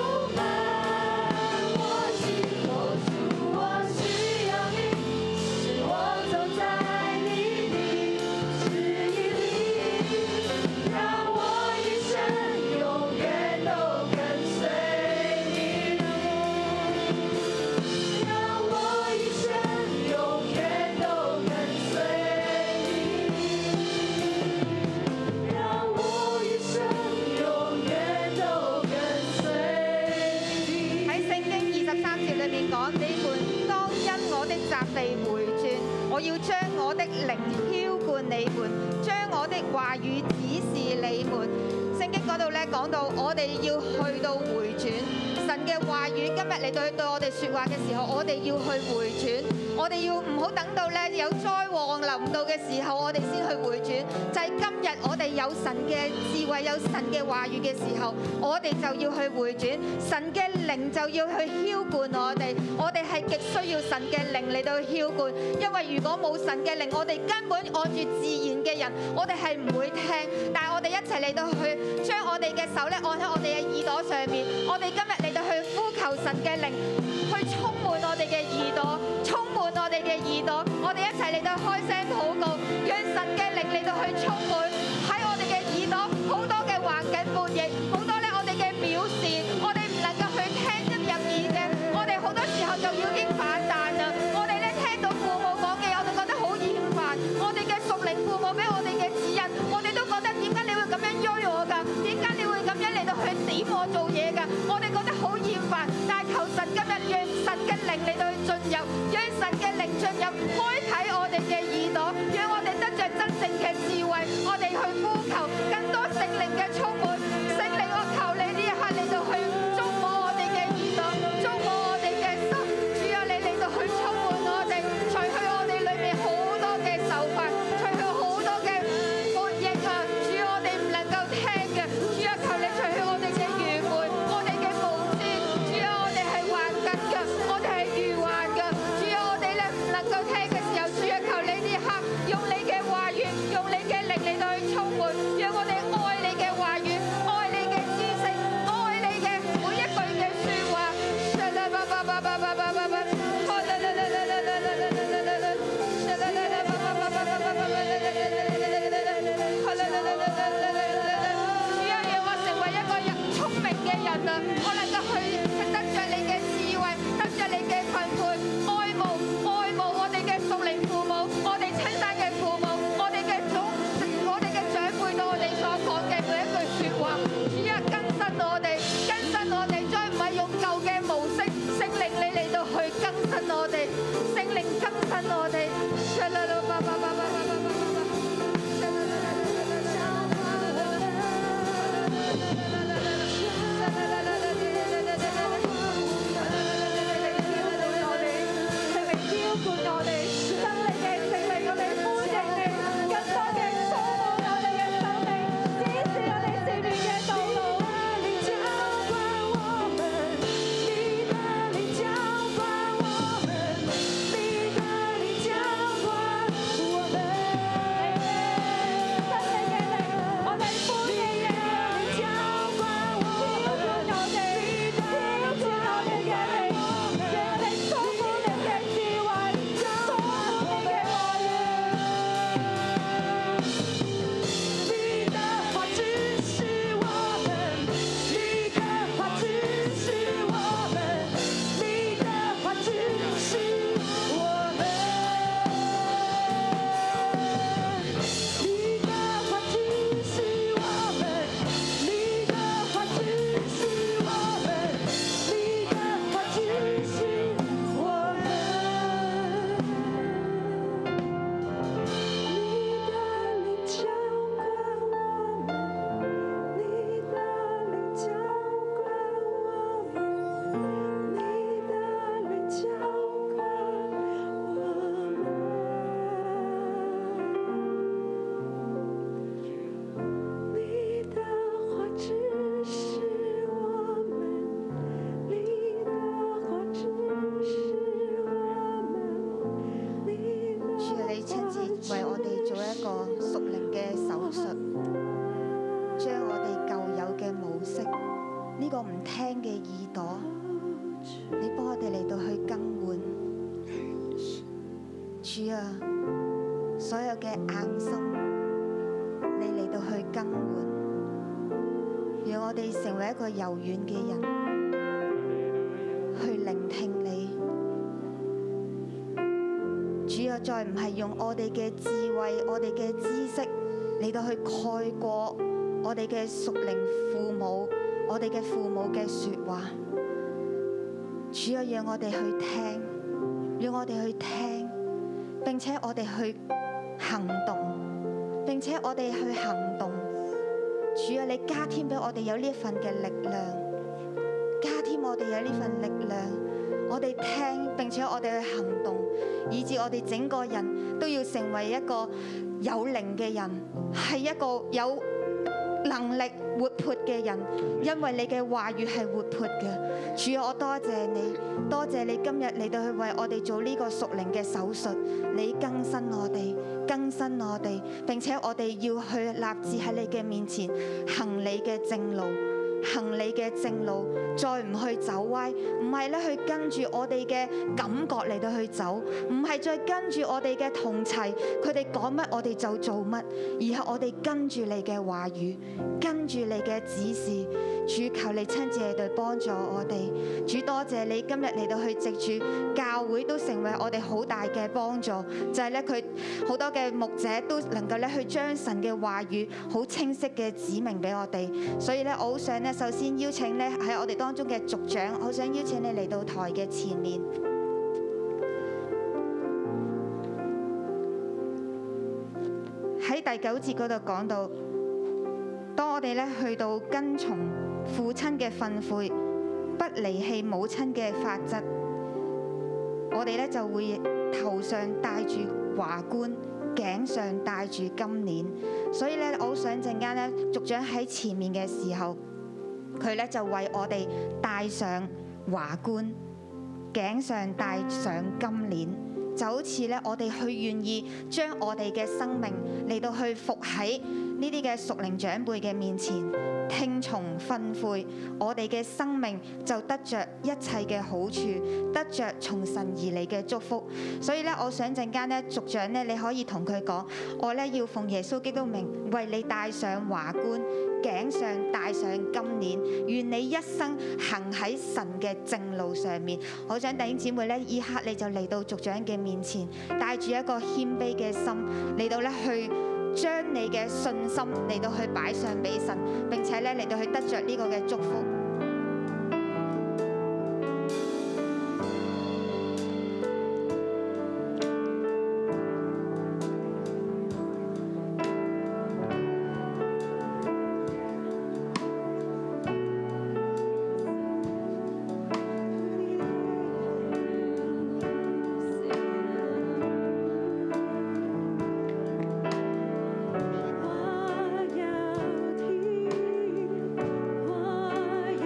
G: 喺聖經二十三節裏面講呢半，當因我的責備回轉，我要將我的靈澆灌你們，將我的話語指示你們。聖經嗰度咧講到，我哋要去到回轉，神嘅話語今日嚟到對我哋説話嘅時候，我哋要去回轉。
H: 我哋要唔好等到咧有災禍臨到嘅時候，我哋先去回轉。就係、今日我哋有神嘅智慧，有神嘅話語嘅時候，我哋就要去回轉。神嘅靈就要去澆灌我哋，我哋係極需要神嘅靈嚟到澆灌，因為如果冇神嘅靈，我哋根本按住自然嘅人，我哋係唔會聽。但係我哋一齊嚟到去將我哋嘅手咧按喺我哋嘅耳朵上面，我哋今日嚟到去呼求神嘅靈。去充滿我哋嘅耳朵，充滿我哋嘅耳朵，我哋一齊嚟到開聲禱告，讓神嘅靈嚟到去充滿喺我哋嘅耳朵，好多嘅環境叛逆，好多咧我哋嘅藐視，我哋唔能夠去聽得入耳嘅，我哋好多時候就已經反彈啦。我哋咧聽到父母講嘅，我哋覺得好厭煩，我哋嘅屬靈父母俾我哋嘅指引，我哋都覺得點解你會咁樣追我㗎？點啊解你會咁樣嚟到去點我做嘢㗎？我哋覺得好厭煩，但係求神今日讓神嘅靈嚟到去進入，讓神嘅靈進入，開啟我哋嘅耳朵，讓我哋得着真正嘅智慧，我哋去呼求更多聖靈嘅充滿。聖靈，我求你呢一刻嚟到去觸摸我哋嘅耳朵，觸摸我哋嘅心，主啊，你嚟到去充滿我哋，除去我哋裏面好多嘅仇恨，除去好多嘅叛逆啊！主啊，我哋唔能夠聽嘅，主啊，求你除去我哋嘅愚昧，我哋嘅無知，主啊，我哋係頑梗嘅，我哋係愚頑嘅，主啊，我哋咧唔能夠聽嘅時候，主啊，求你呢一刻用你嘅話語，用你嘅靈嚟到去充滿，讓我哋愛你嘅話語，愛你嘅知識，愛你嘅每一句嘅説話。主啊，讓我成為一個人聰明嘅人啊！我能夠去得着你嘅智慧，得着你嘅訓誨，愛慕愛慕我哋嘅屬靈父母，我哋親生嘅父母，我哋嘅祖，我哋嘅長輩對我哋所講嘅每一句説話，主啊，更新我哋，更新我哋，再唔係用舊嘅模式，聖靈你嚟到去更新我哋，聖靈更新我哋。主啊，你親自為我哋做一個屬靈嘅手術，將我哋舊有嘅模式，呢、個唔聽嘅耳朵，你幫我哋嚟到去更換。主啊，所有嘅硬心，你嚟到去更換，讓我哋成為一個柔軟嘅人，去聆聽你。主啊，再唔係用我哋嘅智慧、我哋嘅知識嚟到去蓋過我哋嘅屬靈父母、我哋嘅父母嘅説話。主啊，讓我哋去聽，讓我哋去聽，並且我哋去行動，並且我哋去行動。主啊，你加添俾我哋有呢一份嘅力量，加添我哋有呢份力量。我
G: 我哋聽並且我哋去行動，以至我哋整個人都要成為一個有靈嘅人，係一個有能力活潑嘅人，因為你嘅話語係活潑嘅。主啊，我多謝你，多謝你今日嚟到去為我哋做呢個屬靈嘅手術，你更新我哋，更新我哋，並且我哋要去立志喺你嘅面前行你嘅正路。行你嘅正路，再唔去走歪，唔係咧去跟住我哋嘅感覺嚟到去走，唔係再跟住我哋嘅同齊，佢哋講乜我哋就做乜，而係我哋跟住你嘅話語，跟住你嘅指示。主求你親自嚟到幫助我哋，主多謝你今日嚟到去藉住教會都成為我哋好大嘅幫助，就係咧佢好多嘅牧者都能夠咧去將神嘅話語好清晰嘅指明俾我哋。所以咧，我好想咧，首先邀請咧喺我哋當中嘅族長，好想邀請你嚟到台嘅前面。喺第九節嗰度講到，當我哋咧去到跟從父親嘅訓誨，不離棄母親嘅法則，我哋咧就會頭上戴住華冠，頸上戴住金鏈。所以咧，我好想陣間咧，族長喺前面嘅時候，佢咧就為我哋戴上華冠，頸上戴上金鏈，就好似咧我哋去願意將我哋嘅生命嚟到去服喺呢啲嘅屬靈長輩嘅面前，聽從訓誨，我哋嘅生命就得着一切嘅好處，得着從神而嚟嘅祝福。所以咧，我想陣間咧，族長咧，你可以同佢講。我咧要奉耶穌基督名為你戴上華冠，頸上戴上金鏈，願你一生行喺神嘅正路上面。我想弟兄姊妹咧，依刻你就嚟到族長嘅面前，帶住一個謙卑嘅心嚟到咧去。將你嘅信心嚟到去擺上俾神，並且咧嚟到去得着呢個嘅祝福。
I: 我要听，我要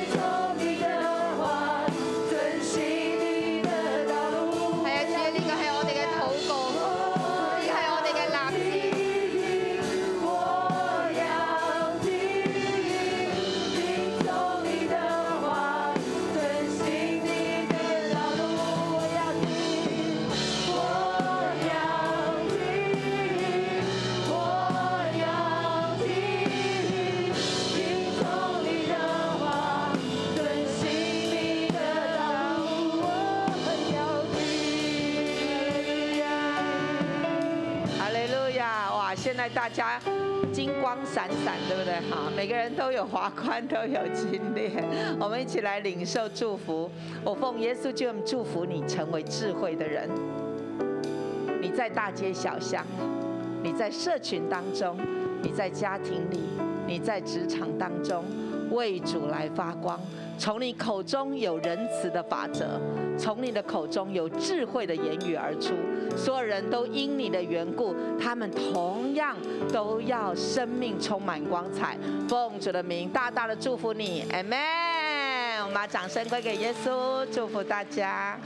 G: 啊
I: 在大家金光闪闪，对不对？好，每个人都有华冠，都有金链。我们一起来领受祝福。我奉耶稣基督的名祝福你，成为智慧的人。你在大街小巷，你在社群当中，你在家庭里，你在职场当中，为主来发光。从你口中有仁慈的法则，从你的口中有智慧的言语而出。所有人都因你的缘故，他们同样都要生命充满光彩。奉主的名，大大的祝福你，Amen。我们把掌声归给耶稣，祝福大家。